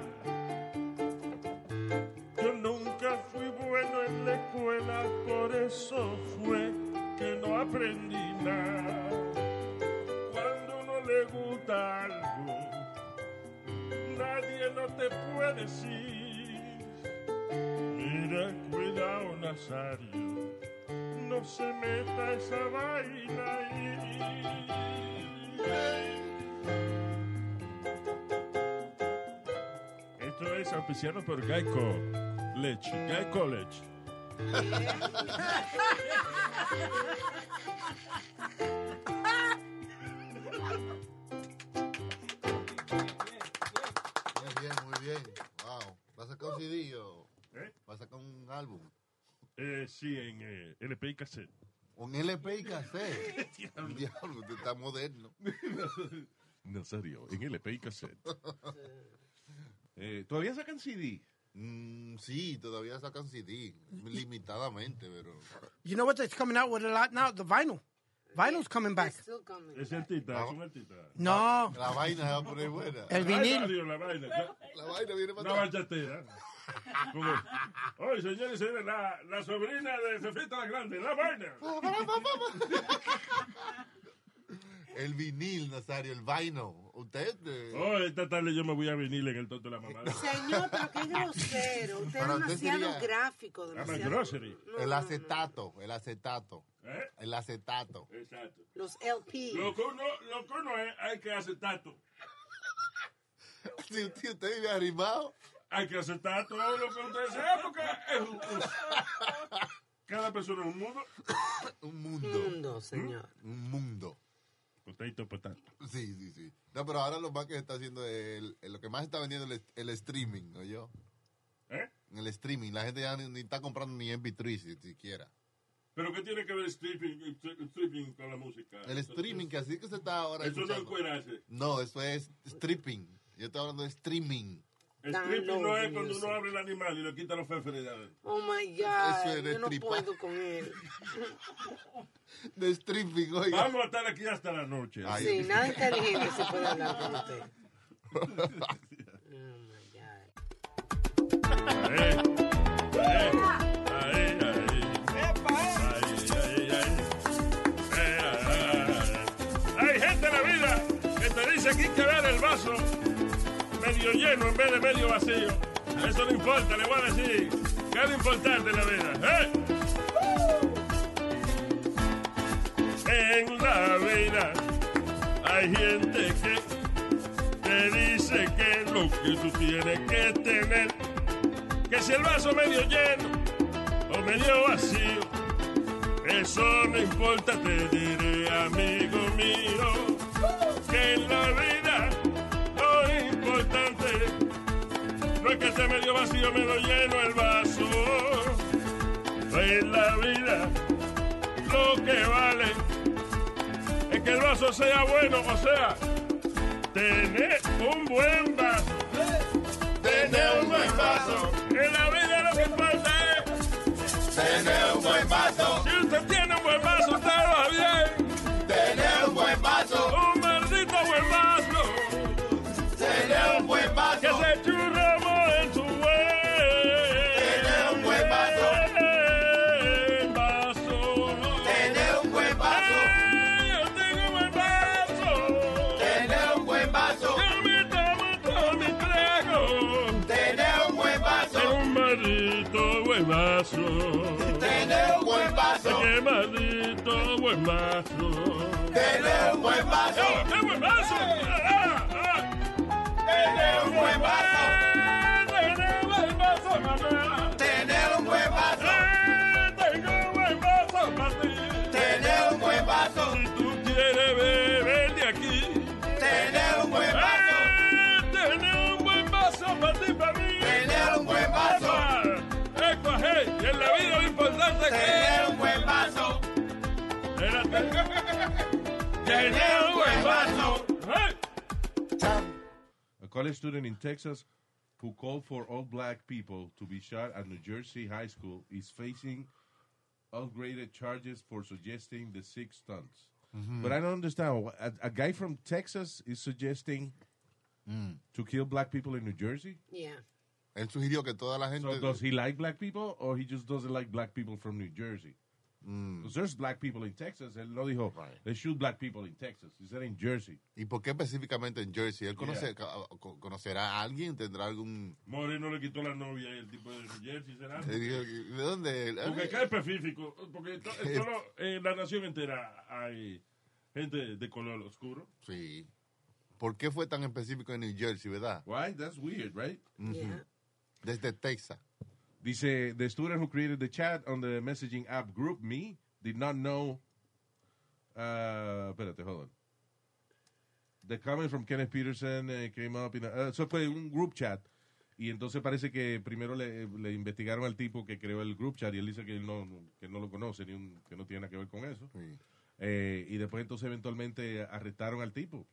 Speaker 8: Yo nunca fui bueno en la escuela, por eso fue que no aprendí nada. Cuando uno le gusta algo, nadie no te puede decir. Mira, cuidado, Nazario no se meta esa vaina ahí. Esto es auspiciado por Geico Leche, Geico
Speaker 5: [LAUGHS]
Speaker 8: Leche.
Speaker 5: Muy bien, muy bien. Wow. Va a sacar un CD o va a sacar un álbum.
Speaker 8: Eh, sí, en eh, LP y cassette.
Speaker 5: Un LP y cassette. [LAUGHS] Diablo, usted está [LAUGHS] moderno.
Speaker 1: Nazario, en LP y cassette. Eh, ¿Todavía sacan CD?
Speaker 5: Mm, sí, todavía sacan CD. Limitadamente, pero.
Speaker 12: You know what? It's coming out with a lot now. The vinyl. Vinyl's coming back.
Speaker 8: Es el tita,
Speaker 5: Ah.
Speaker 8: es el tita.
Speaker 12: No.
Speaker 5: La vaina se va a poner buena.
Speaker 12: El vinil.
Speaker 8: La vaina, la,
Speaker 5: vaina viene
Speaker 8: para Una bachatera.
Speaker 5: Ah,
Speaker 8: Como- Oye, señores, señores, la, la sobrina de Cefita la Grande, la vaina.
Speaker 5: El vinil, Nazario, el vaino. Usted. eh,
Speaker 8: Oh, esta tarde yo me voy a venir en el tonto de la mamá.
Speaker 7: Señor, pero qué grosero. Usted es
Speaker 5: Pero usted
Speaker 7: demasiado
Speaker 5: sería- Ah,
Speaker 7: gráfico.
Speaker 8: I'm a
Speaker 7: Demasiado...
Speaker 8: grocery.
Speaker 5: El acetato, el acetato. El acetato.
Speaker 8: Exacto.
Speaker 7: Los LP.
Speaker 8: Lo que uno, lo que uno es, hay que hacer
Speaker 5: [LAUGHS]
Speaker 8: tato.
Speaker 5: Si usted, usted vive arrimado.
Speaker 8: Hay que hacer tato lo que usted sea, porque es un- un- cada persona es un mundo.
Speaker 5: [COUGHS]
Speaker 8: ¿Mm?
Speaker 5: Un mundo. Un
Speaker 7: mundo, señor.
Speaker 5: Un mundo.
Speaker 8: Potato, potato.
Speaker 5: Sí, sí, sí. No, pero ahora lo más que está haciendo, el, el- lo que más está vendiendo es el, el streaming, ¿no yo?
Speaker 8: ¿Eh?
Speaker 5: El streaming. La gente ya ni, ni está comprando ni MP3 si- siquiera.
Speaker 8: Pero ¿qué tiene que ver stripping, stripping con la música?
Speaker 5: El streaming, que así que se está ahora.
Speaker 8: Eso no es
Speaker 5: escuchando.
Speaker 8: encuerarse.
Speaker 5: No, eso es stripping. Yo estoy hablando de streaming.
Speaker 8: El stripping no es
Speaker 5: Download
Speaker 8: cuando
Speaker 5: music.
Speaker 8: uno abre el animal y le quita los feferes de adentro.
Speaker 7: Oh my
Speaker 5: Eso
Speaker 7: God.
Speaker 5: es de
Speaker 7: Yo no
Speaker 5: tripa.
Speaker 7: puedo con él.
Speaker 5: De stripping, oiga.
Speaker 8: Vamos a estar aquí hasta la noche.
Speaker 5: Ay.
Speaker 7: Sí, nada inteligente se puede hablar
Speaker 5: [LAUGHS]
Speaker 7: con usted.
Speaker 8: Ahí, ahí, ahí, ahí. Ahí, ahí, ahí. Eh, ah, ah. Hay gente en la vida que te dice que hay que ver el vaso medio lleno en vez de medio vacío. Eso no importa, le voy a decir. ¿Qué es lo importante en la vida? ¿eh? En la vida hay gente que te dice que lo que tú tienes que tener que si el vaso medio lleno o medio vacío,
Speaker 9: eso no importa, te diré, amigo mío, que en la vida lo importante no es que esté medio vacío, me lo lleno el vaso. En la vida lo que vale es que el vaso sea bueno, o sea, tener un buen vaso. Tener un buen vaso. En la vida lo que importa es tener un buen vaso. Si usted tiene un buen vaso, usted va bien. Tener un buen vaso. Un maldito buen vaso. Tener un buen vaso. Que se churramos en su buen. Tener un buen vaso. Tener un buen vaso. Yo tengo un buen vaso. Tener un buen vaso. Yo me tomo todo mi trago. Tener un buen vaso. un maldito buen vaso. Tener un buen vaso. Qué maldito buen vaso. Tener un buen vaso. ¡Qué buen vaso! Eh, ¡Ah, ah! Tener un buen vaso. Tener un buen vaso, mamá. Tener un buen vaso. Tengo un buen vaso para ti. Tener un buen vaso. Si tú quieres beber de aquí. Tener un buen vaso. Tener un buen vaso para ti, para mí. Ah. Tener un buen vaso. Y en la vida lo importante es que... Tener un buen vaso. [LAUGHS] Tener un buen vaso.
Speaker 1: A college student in Texas who called for all black people to be shot at New Jersey high school is facing upgraded charges for suggesting the six stunts.
Speaker 5: Mhm.
Speaker 1: But I don't understand. wh- A, a guy from Texas is suggesting
Speaker 5: Mm.
Speaker 1: to kill black people in New Jersey?
Speaker 7: Yeah.
Speaker 5: Él sugirió que toda la gente.
Speaker 1: So does he like black people or he just doesn't like black people from New Jersey?
Speaker 5: Mm.
Speaker 1: Because there's black people in Texas. Él no dijo, they shoot black people in Texas. He said in Jersey.
Speaker 5: ¿Y por qué específicamente en Jersey? ¿Él conoce,
Speaker 1: Yeah.
Speaker 5: ca- co- conocerá a alguien? ¿Tendrá algún.?
Speaker 9: Moreno le quitó la novia y el tipo de su jersey, ¿será?
Speaker 5: Eh, digo, ¿De dónde? él?
Speaker 9: Porque acá es específico, porque
Speaker 5: [LAUGHS]
Speaker 9: to-
Speaker 5: ¿Qué?
Speaker 9: solo en la nación entera hay gente de color oscuro.
Speaker 5: Sí. ¿Por qué fue tan específico en New Jersey, verdad? Mm.
Speaker 1: Why? That's weird, right?
Speaker 5: Ujú. Desde Texas.
Speaker 1: Dice, the student who created the chat on the messaging app group me did not know. Uh, espérate, hold on. The comment from Kenneth Peterson eh, came up in a- uh, Eso fue un group chat. Y entonces parece que primero le, le investigaron al tipo que creó el group chat y él dice que él no, que no lo conoce, ni un- que no tiene nada que ver con eso. Eh, y después entonces eventualmente arrestaron al tipo.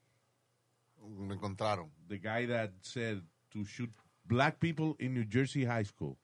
Speaker 5: Lo encontraron.
Speaker 1: The guy that said to shoot black people in New Jersey high school.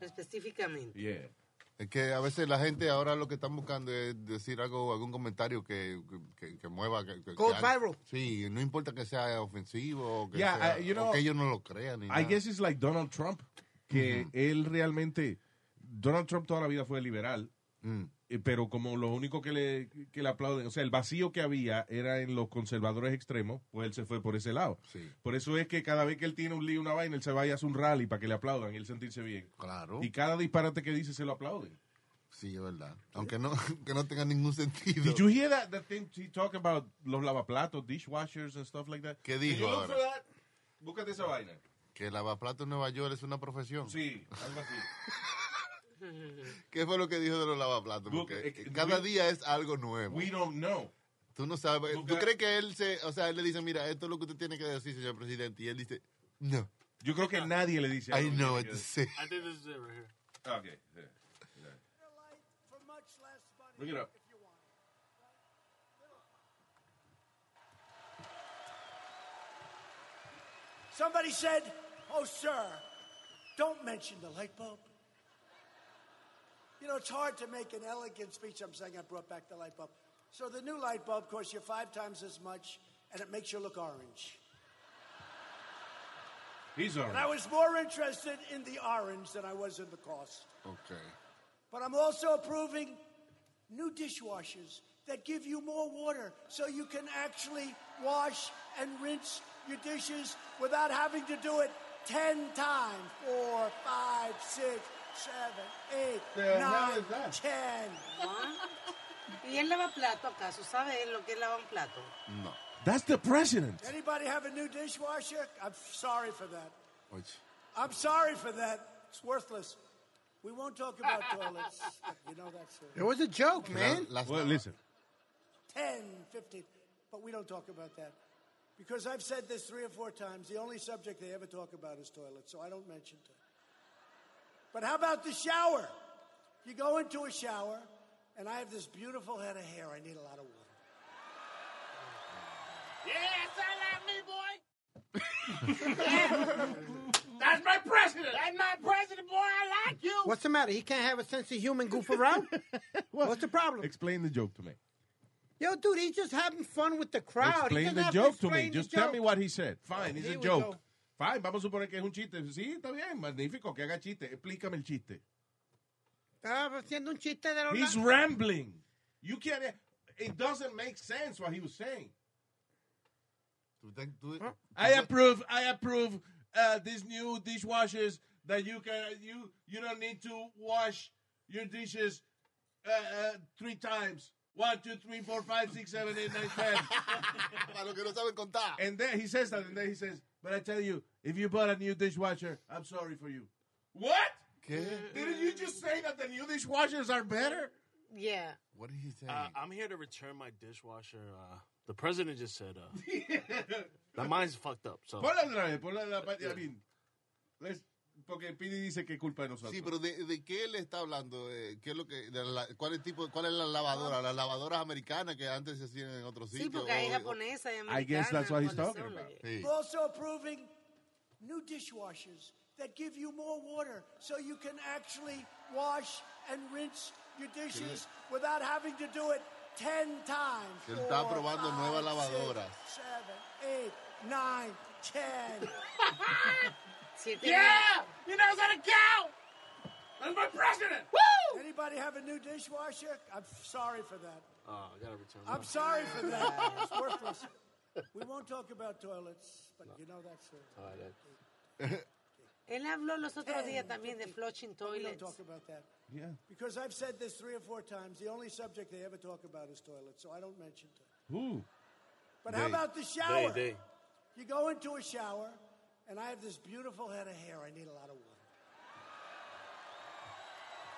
Speaker 7: Específicamente.
Speaker 1: Yeah.
Speaker 5: Es que a veces la gente ahora lo que están buscando es decir algo, algún comentario que, que, que mueva. Que, que-
Speaker 1: Go
Speaker 5: que-
Speaker 1: viral.
Speaker 5: Sí, no importa que sea ofensivo o que,
Speaker 1: Yeah,
Speaker 5: sea-
Speaker 1: I- you
Speaker 5: o
Speaker 1: know,
Speaker 5: que ellos no lo crean. Ni
Speaker 1: I
Speaker 5: nada.
Speaker 1: guess it's like Donald Trump, que él realmente, Donald Trump toda la vida fue liberal,
Speaker 5: Mm.
Speaker 1: eh, pero como lo único que le, que le aplauden, o sea, el vacío que había era en los conservadores extremos, pues él se fue por ese lado.
Speaker 5: Sí.
Speaker 1: Por eso es que cada vez que él tiene un lío, una vaina, él se vaya a hacer un rally para que le aplaudan y él sentirse bien.
Speaker 5: Claro.
Speaker 1: Y cada disparate que dice se lo aplauden.
Speaker 5: Sí, es verdad. Aunque no, [LAUGHS] que no tenga ningún [LAUGHS] sentido.
Speaker 1: Did you hear that, that thing he talk about los lavaplatos, dishwashers and stuff like that?
Speaker 5: ¿Qué
Speaker 1: Did you
Speaker 5: dijo
Speaker 1: look
Speaker 5: ahora?
Speaker 1: for that? Búscate esa vaina.
Speaker 5: Que lavaplatos en Nueva York es una profesión.
Speaker 1: Sí, algo así.
Speaker 5: ¿Qué fue lo que dijo de los lavaplatos?
Speaker 1: Look,
Speaker 5: Porque
Speaker 1: eh,
Speaker 5: cada
Speaker 1: we-
Speaker 5: día es algo nuevo.
Speaker 1: We don't know.
Speaker 5: Tú no sabes.
Speaker 1: Look
Speaker 5: ¿Tú
Speaker 1: at-
Speaker 5: crees que él se, o sea, él le dice, mira, esto es lo que usted tiene que decir, señor presidente? Y él dice, no.
Speaker 1: Yo creo que nadie le dice.
Speaker 5: I
Speaker 1: algo que
Speaker 5: know
Speaker 1: tiene
Speaker 5: it.
Speaker 1: que
Speaker 5: Sí.
Speaker 4: I think this is it right here.
Speaker 1: Okay. Yeah. Yeah. Bring it up.
Speaker 13: Somebody said, Oh, sir, don't mention the light bulb. You know, it's hard to make an elegant speech. I'm saying I brought back the light bulb. So the new light bulb costs you five times as much, and it makes you look orange.
Speaker 1: He's all
Speaker 13: And I
Speaker 1: right.
Speaker 13: was more interested in the orange than I was in the cost.
Speaker 5: Okay.
Speaker 13: But I'm also approving new dishwashers that give you more water so you can actually wash and rinse your dishes without having to do it 10 times. Four, five, six, seven, eight,
Speaker 7: The hell
Speaker 13: nine,
Speaker 7: is that?
Speaker 13: 10.
Speaker 7: ¿Y él lava plato acaso? ¿Sabe él lo que es lavar un plato?
Speaker 5: No.
Speaker 1: That's the
Speaker 14: [LAUGHS]
Speaker 1: president.
Speaker 13: Anybody have a new dishwasher? I'm sorry for that.
Speaker 5: Oye.
Speaker 13: I'm sorry for that. It's worthless. We won't talk about toilets. You know that's
Speaker 12: It was a joke, man.
Speaker 1: Well, listen.
Speaker 13: 10, 15. But we don't talk about that. Because I've said this three or four times, the only subject they ever talk about is toilets, so I don't mention it. But how about the shower? You go into a shower, and I have this beautiful head of hair. I need a lot of water.
Speaker 9: Yeah, sound like me, boy. Yeah. That's my president. That's my president, boy. I like you.
Speaker 12: What's the matter? He can't have a sense of human goof
Speaker 1: [LAUGHS]
Speaker 12: around? What's the problem?
Speaker 1: Explain the joke to me.
Speaker 12: Yo, dude, he's just having fun with the crowd. He
Speaker 1: Explain
Speaker 12: doesn't
Speaker 1: the
Speaker 12: have
Speaker 1: joke to
Speaker 12: explain
Speaker 1: me.
Speaker 12: the
Speaker 1: Just tell
Speaker 12: joke.
Speaker 1: me what he said. Fine, it's
Speaker 12: Here
Speaker 1: a
Speaker 12: we
Speaker 1: joke.
Speaker 12: go.
Speaker 1: Fine, vamos a suponer que es un chiste. Sí, está bien, magnífico, que haga chiste. Explícame el chiste.
Speaker 12: Estaba haciendo un chiste de los
Speaker 1: He's rambling. You can't. It doesn't make sense what he was saying. I approve. I approve uh, these new dishwashers that you can you you don't need to wash your dishes uh, uh, three times. One, two, three, four, five, six, seven, eight, nine, ten. And then he says that, and then he says, "But I tell you, if you bought a new dishwasher, I'm sorry for you." What? Didn't you just say that the new dishwashers are better?
Speaker 7: Yeah.
Speaker 5: What did he say?
Speaker 14: Uh, I'm here to return my dishwasher. Uh, the president just said uh, [LAUGHS] that mine's fucked up. So
Speaker 1: Ponla otra vez, ponla la parte. I mean, let's- porque Pidi dice que es culpa de nosotros.
Speaker 5: Sí, pero ¿de, de qué él está hablando? Eh, ¿Qué es lo que, de la- ¿Cuál es el tipo, cuál es la lavadora? Las lavadoras americanas que antes se hacían en otros
Speaker 7: Sí,
Speaker 5: sitios.
Speaker 7: porque hay
Speaker 5: o-
Speaker 7: japonesa y
Speaker 5: I guess that's what he's talking
Speaker 7: americana,
Speaker 5: about.
Speaker 7: cuáles son.
Speaker 13: We're also approving new dishwashers that give you more water so you can actually wash and rinse your dishes without having to do it 10 times.
Speaker 5: Él está
Speaker 13: Four,
Speaker 5: probando
Speaker 13: five,
Speaker 5: nuevas
Speaker 13: six,
Speaker 5: lavadoras.
Speaker 13: seven, eight, nine,
Speaker 7: [LAUGHS]
Speaker 13: 10.
Speaker 9: Yeah, you know that a cow. That's my president. Woo!
Speaker 13: Anybody have a new dishwasher? I'm sorry for that.
Speaker 14: uh, I gotta return.
Speaker 13: I'm
Speaker 14: mine.
Speaker 13: sorry for that. It's worthless. We won't talk about toilets, but you know that's it.
Speaker 7: Él habló los otros días también de flushing
Speaker 13: We don't
Speaker 7: toilets.
Speaker 13: talk about that.
Speaker 1: Yeah.
Speaker 13: Because I've said this three or four times, the only subject they ever talk about is toilets, so I don't mention it.
Speaker 1: Who?
Speaker 13: But how
Speaker 1: They.
Speaker 13: about the shower?
Speaker 1: They, they.
Speaker 13: You go into a shower, and I have this beautiful head of hair. I need a lot of water.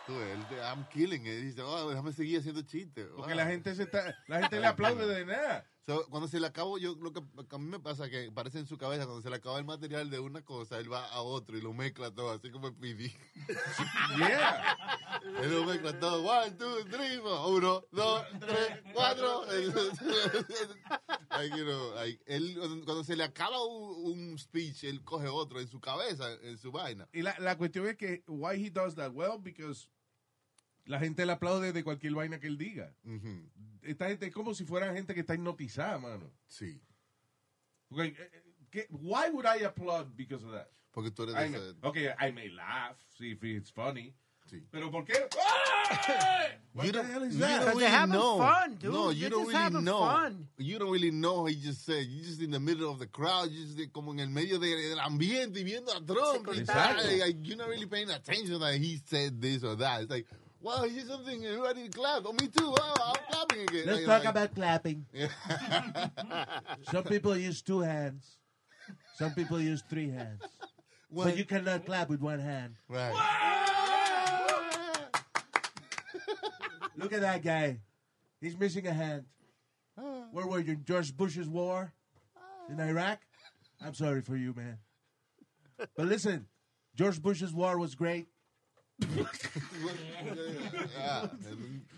Speaker 5: Tú, él, te- I'm killing it. Dice, oh, déjame seguir haciendo chistes. Ah.
Speaker 1: Porque la gente se está, la gente le aplaude de nada.
Speaker 5: So, cuando se le acabó, yo lo que a mí me pasa que parece en su cabeza, cuando se le acaba el material de una cosa, él va a otro y lo mezcla todo, así como el PD.
Speaker 1: [LAUGHS] yeah.
Speaker 5: Él lo mezcla todo. One, two, three, four. Uno, dos, tres, cuatro. [LAUGHS] Like, you know, like, él, cuando se le acaba un, un speech, él coge otro en su cabeza, en su vaina.
Speaker 1: Y la, la cuestión es que why he does that well because la gente le aplaude de cualquier vaina que él diga.
Speaker 5: Mm-hmm.
Speaker 1: Esta gente es como si fuera gente que está hipnotizada, mano.
Speaker 5: Sí.
Speaker 1: Porque, eh,
Speaker 14: Uh,
Speaker 1: eh, ¿qué- why would I applaud because of that?
Speaker 5: Porque tú eres
Speaker 1: I
Speaker 5: de
Speaker 1: may-
Speaker 5: esa-
Speaker 1: okay, I may laugh see if it's funny.
Speaker 5: Sí.
Speaker 1: Pero ¿por qué? ¡Ay! What
Speaker 5: You
Speaker 1: the
Speaker 5: don't,
Speaker 1: hell is
Speaker 5: you
Speaker 1: that?
Speaker 5: don't really know. No, you don't really know. You don't really know. He just said, you just in the middle of the crowd, you just como en el medio de, del ambiente y viendo a Trump. y tal.
Speaker 1: Exacto.
Speaker 5: Like, you're not really paying attention that he said this or that. It's like, wow, he said something. Everybody clapped. Oh, me too. Wow, I'm clapping again.
Speaker 4: Let's
Speaker 5: Like,
Speaker 4: talk about clapping. Some people use two hands. Some people use three hands.
Speaker 5: Well-
Speaker 4: But you cannot clap with one hand.
Speaker 5: Right.
Speaker 4: Look at that guy. He's missing a hand. Where were you? in George Bush's war
Speaker 5: Ah.
Speaker 4: in Iraq? I'm sorry for you, man. But listen, George Bush's war was great.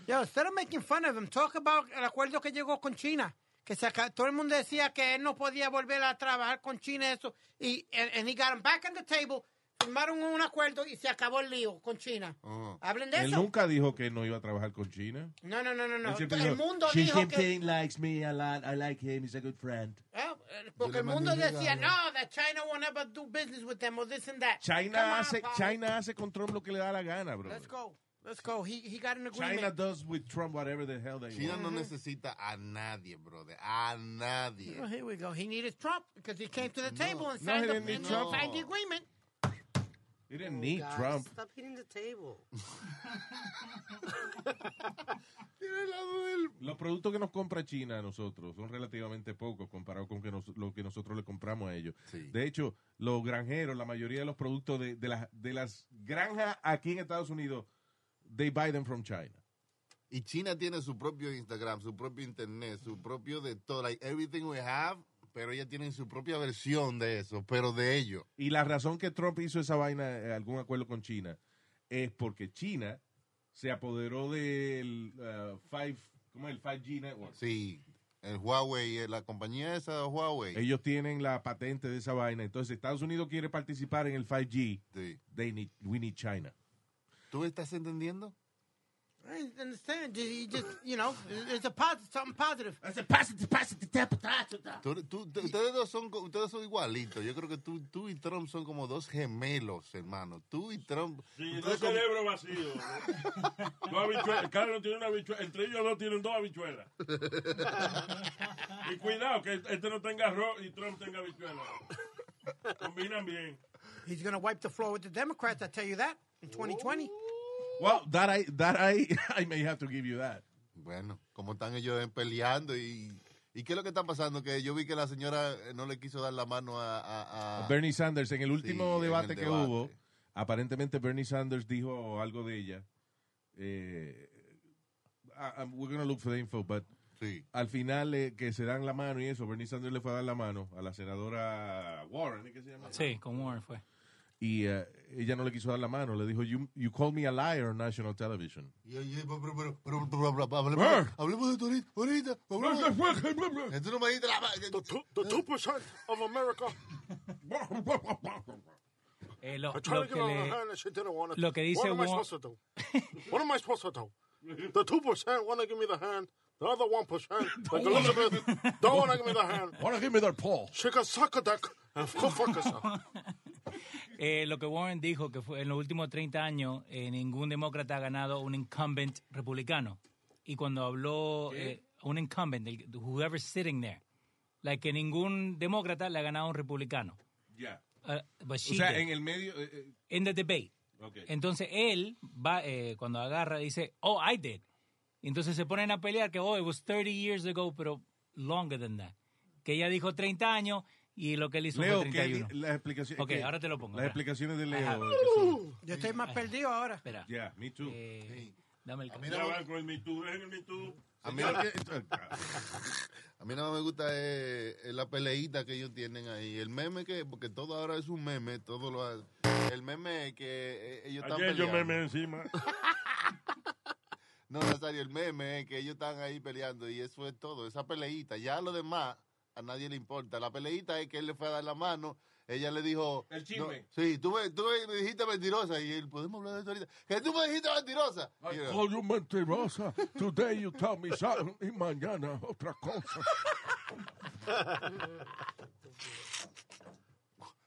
Speaker 12: Yo, instead of making fun of him, talk about el acuerdo que llegó con China. Que se acá, todo el mundo decía que él no podía volver a trabajar con China eso. Y and, and he got him back on the table, firmaron un acuerdo y se acabó el lío con China.
Speaker 1: Ajá.
Speaker 12: Hablen de
Speaker 1: Ah. Él
Speaker 12: eso.
Speaker 1: nunca dijo que no iba a trabajar con China.
Speaker 12: No, no, no, no, no.
Speaker 1: Él siempre
Speaker 12: El
Speaker 1: dijo,
Speaker 12: mundo
Speaker 4: Xi
Speaker 12: dijo que...
Speaker 4: Jinping likes me a lot. I like him. He's a good friend.
Speaker 12: Ah, eh, porque
Speaker 4: Yo le
Speaker 12: el mundo
Speaker 4: mandé un
Speaker 12: decía, no,
Speaker 4: regalo.
Speaker 12: that China won't ever do business with them or this and that. Come
Speaker 1: China
Speaker 12: on,
Speaker 1: hace,
Speaker 12: Pablo.
Speaker 1: China hace con Trump lo que le da la gana, bro.
Speaker 12: Let's go. Let's go. He, he got an agreement.
Speaker 1: China does with Trump whatever the hell they
Speaker 5: China
Speaker 1: want.
Speaker 5: no
Speaker 4: Mm-hmm.
Speaker 5: necesita a nadie, brother. A nadie.
Speaker 12: Well, here we go. He needed Trump because he came to the table and
Speaker 1: No,
Speaker 12: signed,
Speaker 1: he
Speaker 12: the,
Speaker 1: didn't need
Speaker 12: and
Speaker 1: Trump.
Speaker 12: signed the agreement.
Speaker 1: He didn't need
Speaker 7: Guys,
Speaker 1: Trump.
Speaker 7: Oh, Stop hitting the table.
Speaker 1: Lo productos que nos compra China a nosotros son relativamente pocos comparado con que nos- lo que nosotros le compramos a ellos. De hecho, los granjeros, la mayoría de los productos de, de las, de las granjas aquí en Estados Unidos, they buy them from China.
Speaker 5: Y China tiene su propio Instagram, su propio internet, su propio de todo, like everything we have, pero ella tiene su propia versión de eso, pero de ellos.
Speaker 1: Y la razón que Trump hizo esa vaina, eh, algún acuerdo con China, es porque China se apoderó del uh, five, ¿cómo es? el 5G network.
Speaker 5: Sí, el Huawei, eh, la compañía esa de Huawei.
Speaker 1: Ellos tienen la patente de esa vaina. Entonces, Estados Unidos quiere participar en el 5G. They need, we need China.
Speaker 5: ¿Tú estás entendiendo?
Speaker 6: I don't understand. You- You just, you know, it's a positive, something positive.
Speaker 1: It's a positive,
Speaker 5: Tú- tú- tú- ustedes dos son, co- ustedes son igualitos. Yo creo que tú, tú y Trump son como dos gemelos, hermano. Tú y Trump.
Speaker 8: Sí, dos
Speaker 5: ustedes como-
Speaker 8: cerebros vacíos. ¿no? Dos habichuelas. Carlos tiene una habichuela. Entre ellos dos tienen dos
Speaker 5: [LAUGHS]
Speaker 8: habichuelas. Y cuidado, que este no tenga arroz y Trump tenga habichuela. Combinan bien.
Speaker 6: He's going to wipe the floor with the Democrats, I tell you that, in 2020.
Speaker 1: Well, that I, that
Speaker 5: [LAUGHS]
Speaker 1: I, I may have to give you that.
Speaker 5: Bueno, como están ellos peleando y. ¿Y qué es lo que está pasando? Que yo vi que la señora eh, no le quiso dar la mano a. a- a-
Speaker 1: Bernie Sanders, en el
Speaker 5: Ah. Sí,
Speaker 1: último
Speaker 5: en
Speaker 1: debate
Speaker 5: el
Speaker 1: que
Speaker 5: debate.
Speaker 1: hubo, aparentemente Bernie Sanders dijo algo de ella. Eh, I- I'm- we're going to look for the info, but al final eh, que se dan la mano y eso, Bernie Sanders le fue a dar la mano a la senadora Warren, ¿es que se llama?
Speaker 10: Sí, con Warren fue.
Speaker 1: y eh, ella no le quiso dar la mano, le dijo, you, you call me a liar on national television.
Speaker 5: Y- y- pero- pero- pero- pero- pero- pero- hablemos- Hablemos de esto ahorita. ahorita, hablemos de- Tú no me diste la
Speaker 4: The two,
Speaker 5: eh.
Speaker 4: the two percent of America.
Speaker 10: Eh, lo,
Speaker 4: I tried
Speaker 10: lo
Speaker 4: to
Speaker 10: que
Speaker 4: give her a
Speaker 10: le,
Speaker 4: hand and she didn't want it.
Speaker 10: lo que dice
Speaker 4: What am I
Speaker 10: Wa-
Speaker 4: supposed to do? What am I supposed to do? The two percent want to give me the hand. The other one
Speaker 15: [LAUGHS]
Speaker 4: percent, like Elizabeth, don't want to give me the hand.
Speaker 1: Want to give me their paw?
Speaker 4: She can suck a dick and go fuck herself.
Speaker 15: [LAUGHS]
Speaker 10: eh, lo que Warren dijo que fue en los últimos 30 años eh, ningún demócrata ha ganado un incumbent republicano. Y cuando habló eh, un incumbent, el- whoever's sitting there, like que ningún demócrata le ha ganado a un republicano.
Speaker 1: Ya.
Speaker 10: Uh, but
Speaker 1: o
Speaker 10: she
Speaker 1: sea,
Speaker 10: did.
Speaker 1: en el medio... eh, eh,
Speaker 10: in the debate.
Speaker 1: Okay.
Speaker 10: Entonces él va eh, cuando agarra dice, "Oh, I did." Y Entonces se ponen a pelear que, "Oh, it was 30 years ago, pero longer than that." Que ella dijo 30 años y lo que él hizo
Speaker 1: Leo,
Speaker 10: fue
Speaker 1: ¿qué
Speaker 10: 31.
Speaker 1: di- las explicaciones-
Speaker 10: Ok,
Speaker 1: ¿qué?
Speaker 10: ahora te lo pongo.
Speaker 1: Las
Speaker 10: espera.
Speaker 1: explicaciones de Leo,
Speaker 10: Ajá.
Speaker 1: eh, que son-
Speaker 6: Yo estoy más perdido ahora.
Speaker 10: Espera.
Speaker 1: Yeah, me too.
Speaker 10: Dame el
Speaker 8: Ya van con el Me Too, dejen el Me Too.
Speaker 5: A mí, eh,
Speaker 8: Señor,
Speaker 5: a mí nada más me gusta eh, eh, la peleita que ellos tienen ahí. El meme que, porque todo ahora es un meme, todo lo ha- El meme que eh, ellos están
Speaker 8: Ayer yo me
Speaker 5: peleando.
Speaker 8: me encima.
Speaker 5: No, Nazario, el meme es que ellos están ahí peleando y eso es todo, esa peleita. Ya lo demás a nadie le importa. La peleita es que él le fue a dar la mano, ella le dijo...
Speaker 1: El chisme.
Speaker 5: "No, sí, tú me, tú me dijiste mentirosa y él, podemos hablar de esto ahorita. Que tú me dijiste mentirosa. Y yo,
Speaker 15: Call you mentirosa. Today you tell me something y mañana otra cosa.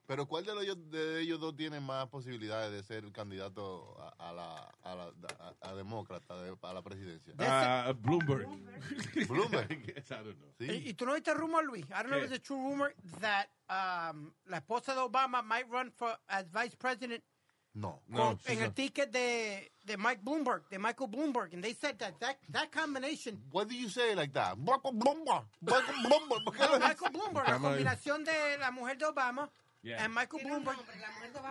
Speaker 5: Pero ¿cuál de ellos, de ellos dos tiene más posibilidades de ser candidato a, a la, a la a- a demócrata, de- a la presidencia?
Speaker 1: Ah, Bloomberg. [LAUGHS]
Speaker 5: Bloomberg.
Speaker 1: I don't know.
Speaker 6: Y, y tú no viste rumor, Luis. I don't know if it's a true rumor that um, la esposa de Obama might run for as vice president
Speaker 5: No.
Speaker 6: con- en el ticket de, de Mike Bloomberg, de Michael Bloomberg, and they said that that, that combination.
Speaker 5: What do you say like that? Michael Bloomberg. Michael Bloomberg. ¿por qué lo
Speaker 6: Michael Bloomberg, la
Speaker 5: Llama-
Speaker 6: combinación de la mujer de Obama
Speaker 5: Yeah.
Speaker 6: and Michael Bloomberg.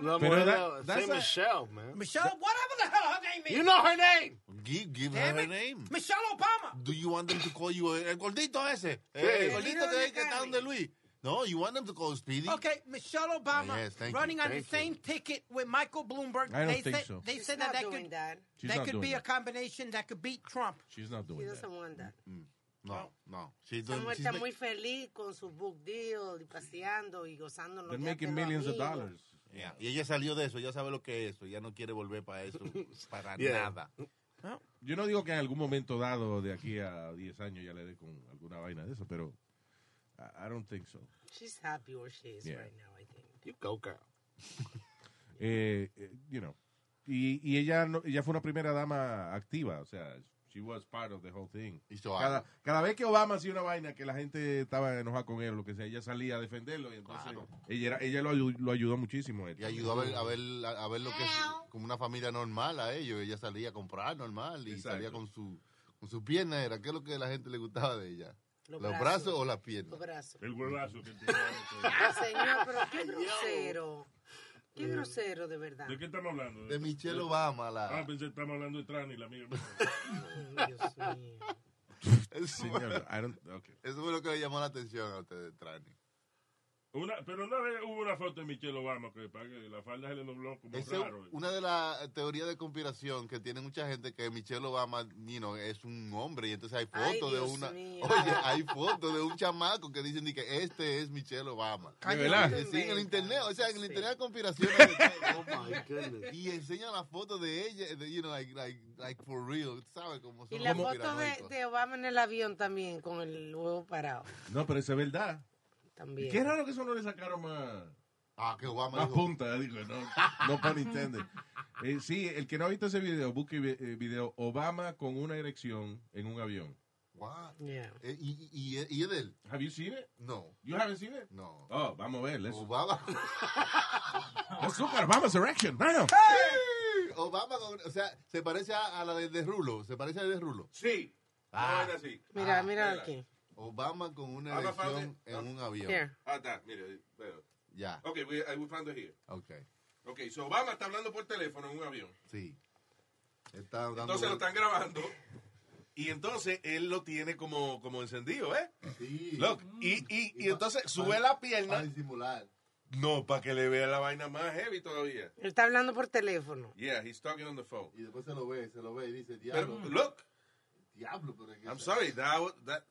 Speaker 4: La
Speaker 5: Pero
Speaker 4: mujer,
Speaker 5: that-
Speaker 4: uh,
Speaker 5: that's
Speaker 4: say
Speaker 5: a-
Speaker 4: Michelle, man.
Speaker 6: Michelle, whatever the hell her name is.
Speaker 4: You know her name.
Speaker 5: Give, give her
Speaker 6: Damn
Speaker 5: her
Speaker 6: it.
Speaker 5: name.
Speaker 6: Michelle Obama.
Speaker 5: Do you want them to call you eh, el gordito ese? Eh,
Speaker 6: Sí.
Speaker 5: El gordito que, que está donde Luis. No, you want them to call Speedy.
Speaker 6: Okay, Michelle Obama
Speaker 5: Ah, yes, thank you,
Speaker 6: running on the
Speaker 5: thank
Speaker 6: same ticket with Michael Bloomberg.
Speaker 5: I don't
Speaker 6: they
Speaker 5: think
Speaker 6: said,
Speaker 5: so.
Speaker 6: They
Speaker 7: She's
Speaker 6: said that
Speaker 7: not
Speaker 6: that
Speaker 7: doing
Speaker 6: could,
Speaker 7: that.
Speaker 1: She's
Speaker 6: that
Speaker 1: not
Speaker 6: could
Speaker 1: doing
Speaker 6: be a
Speaker 1: that.
Speaker 6: combination that could beat Trump.
Speaker 1: She's not
Speaker 7: She
Speaker 1: doing that.
Speaker 7: doesn't want that.
Speaker 5: Mm. No, no. She's
Speaker 7: Esa
Speaker 5: doing,
Speaker 7: mujer
Speaker 5: she's
Speaker 7: está
Speaker 5: ma-
Speaker 7: muy feliz con su book deal y paseando y gozándonos.
Speaker 5: They're
Speaker 7: ya
Speaker 5: making
Speaker 7: con los
Speaker 5: millions of
Speaker 7: amigos.
Speaker 5: dollars. Yeah, Y ella salió de eso, ya sabe lo que es eso, ya no quiere volver
Speaker 1: [LAUGHS]
Speaker 5: para eso, para
Speaker 1: Yeah.
Speaker 5: nada.
Speaker 1: Yo no digo que en algún momento dado, de aquí a 10 años, ya le dé con alguna vaina de eso, pero I I don't think so.
Speaker 7: She's happy where she is
Speaker 1: Yeah.
Speaker 7: right now, I think.
Speaker 4: You go, girl.
Speaker 1: Eh, eh, you know. Y, y ella no- ella fue una primera dama activa, o sea, she was part of the whole thing. Cada, cada vez que Obama hacía una vaina que la gente estaba enojada con él, o lo que sea, ella salía a defenderlo y entonces ella, era- ella lo, ayu- lo ayudó muchísimo. a él.
Speaker 5: Y ayudó a ver, a ver, a ver lo que es como una familia normal a ellos. Ella salía a comprar normal y salía con su, Con su pierna era, ¿qué es lo que a la gente le gustaba de ella? ¿Los, brazos. o las piernas?
Speaker 7: Los brazos.
Speaker 8: El golazo
Speaker 5: [LAUGHS]
Speaker 8: que te
Speaker 7: Ah, señor, pero
Speaker 4: [LAUGHS]
Speaker 7: qué grosero. Qué grosero, de verdad.
Speaker 8: ¿De qué estamos hablando? ¿Eh?
Speaker 5: De Michelle Obama, la-
Speaker 8: Ah, pensé que estamos hablando de Trani, la amiga.
Speaker 5: [LAUGHS] Señor, Eso fue lo que le llamó la atención a ustedes, Trani.
Speaker 8: Una, pero una vez hubo una foto de Michelle Obama que, pa- que la falda se le dobló como
Speaker 5: Esa es
Speaker 8: raro.
Speaker 5: una de las teorías de conspiración que tiene mucha gente que Michelle Obama you know, es un hombre y entonces hay
Speaker 8: Ay,
Speaker 5: fotos de
Speaker 8: Dios
Speaker 5: una
Speaker 8: mío.
Speaker 5: oye hay fotos de un chamaco que dicen di que este es Michelle Obama
Speaker 4: ¿De verdad?
Speaker 5: sí en el internet o sea en el internet hay conspiraciones
Speaker 7: [LAUGHS] Oh
Speaker 5: y enseñan la foto de ella de, you know like, like, like for real sabes cómo
Speaker 7: Y
Speaker 5: son
Speaker 7: la
Speaker 5: los
Speaker 7: foto de,
Speaker 5: conspiranoicos.
Speaker 7: de Obama en el avión también, con el huevo parado.
Speaker 1: No, pero eso es verdad.
Speaker 7: También.
Speaker 1: Qué raro que eso no le sacaron más.
Speaker 5: Ah, que Obama.
Speaker 1: Más
Speaker 5: dijo.
Speaker 1: punta, digo, no, no
Speaker 5: [LAUGHS]
Speaker 1: pun intended. Eh, sí, el que no ha visto ese video, busque vi- eh, video Obama con una erección en un avión.
Speaker 5: What?
Speaker 7: Yeah.
Speaker 5: Eh, y, y, y- y es de él
Speaker 1: Have you seen it?
Speaker 5: no
Speaker 1: You haven't seen it?
Speaker 5: no
Speaker 1: Oh, vamos a ver. Let's,
Speaker 5: Obama.
Speaker 1: let's look at Obama's erection. Bueno.
Speaker 5: Sí. Obama con- o sea se parece a, a la de, de Rulo se parece a la de Rulo
Speaker 1: sí
Speaker 5: ah,
Speaker 7: Mira, mira
Speaker 5: espera.
Speaker 7: aquí.
Speaker 5: Obama con una
Speaker 1: Obama found
Speaker 5: erección
Speaker 1: it.
Speaker 5: en un avión.
Speaker 7: Here.
Speaker 1: Ah, está, mire, pero-
Speaker 5: Ya,
Speaker 1: Ok, we, I will find it here.
Speaker 5: ok.
Speaker 1: Ok, so Obama está hablando por teléfono en un avión.
Speaker 5: Sí. Está dando
Speaker 1: Entonces lo
Speaker 5: vuelta.
Speaker 1: están grabando. Y entonces él lo tiene como, como encendido, ¿eh?
Speaker 5: Sí. Mm.
Speaker 1: Look, y, y, y entonces sube
Speaker 5: para-
Speaker 1: la pierna.
Speaker 5: para disimular.
Speaker 1: No, para que le vea la vaina más heavy todavía.
Speaker 7: Él está hablando por teléfono.
Speaker 1: Yeah, he's talking on the phone.
Speaker 5: Y después se lo ve, se lo ve y dice, diablo.
Speaker 1: Pero, look,
Speaker 5: Diablo, pero es que-
Speaker 1: I'm sorry, that, was- that-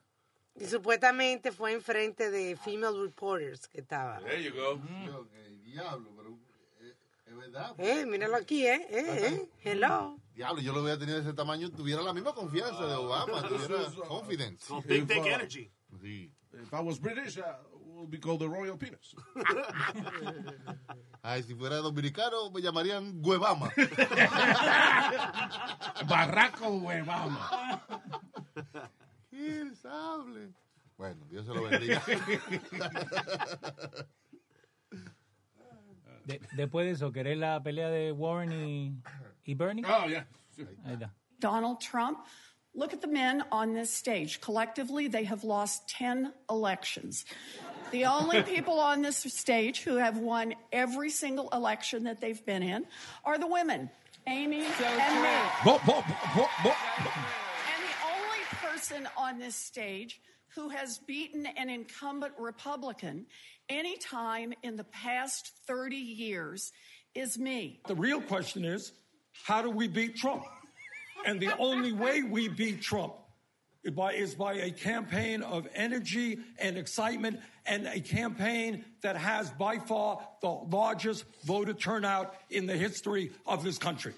Speaker 7: Y supuestamente fue enfrente de female reporters que estaba.
Speaker 1: there you go. Mm.
Speaker 5: Yo, eh, diablo, pero eh, es verdad.
Speaker 7: Eh, míralo aquí, eh, eh, eh. Hello.
Speaker 5: Diablo, yo lo hubiera tenido de ese tamaño, tuviera la misma confianza de
Speaker 1: Ah,
Speaker 5: Obama, tuviera confidence.
Speaker 1: uh, Con big dick
Speaker 9: energy.
Speaker 5: Sí.
Speaker 1: If I was British, I would be called the royal penis.
Speaker 5: [LAUGHS] Ay, si fuera dominicano, me llamarían Guevama.
Speaker 1: [LAUGHS] Barraco Guevama.
Speaker 5: El sable. Bueno, Dios se lo bendiga.
Speaker 10: De- después de eso, ¿querés la pelea de Warren y, y Bernie?
Speaker 1: Oh, yeah.
Speaker 10: Ahí está.
Speaker 16: Donald Trump. Look at the men on this stage. Collectively, they have lost 10 elections. The only people on this stage who have won every single election that they've been in are the women, Amy and me.
Speaker 17: Bo- bo- bo- bo-
Speaker 16: And the only person on this stage who has beaten an incumbent Republican any time in the past 30 years is me.
Speaker 18: The real question is, how do we beat Trump? And the only way we beat Trump is by, is by a campaign of energy and excitement and a campaign that has by far the largest voter turnout in the history of this country.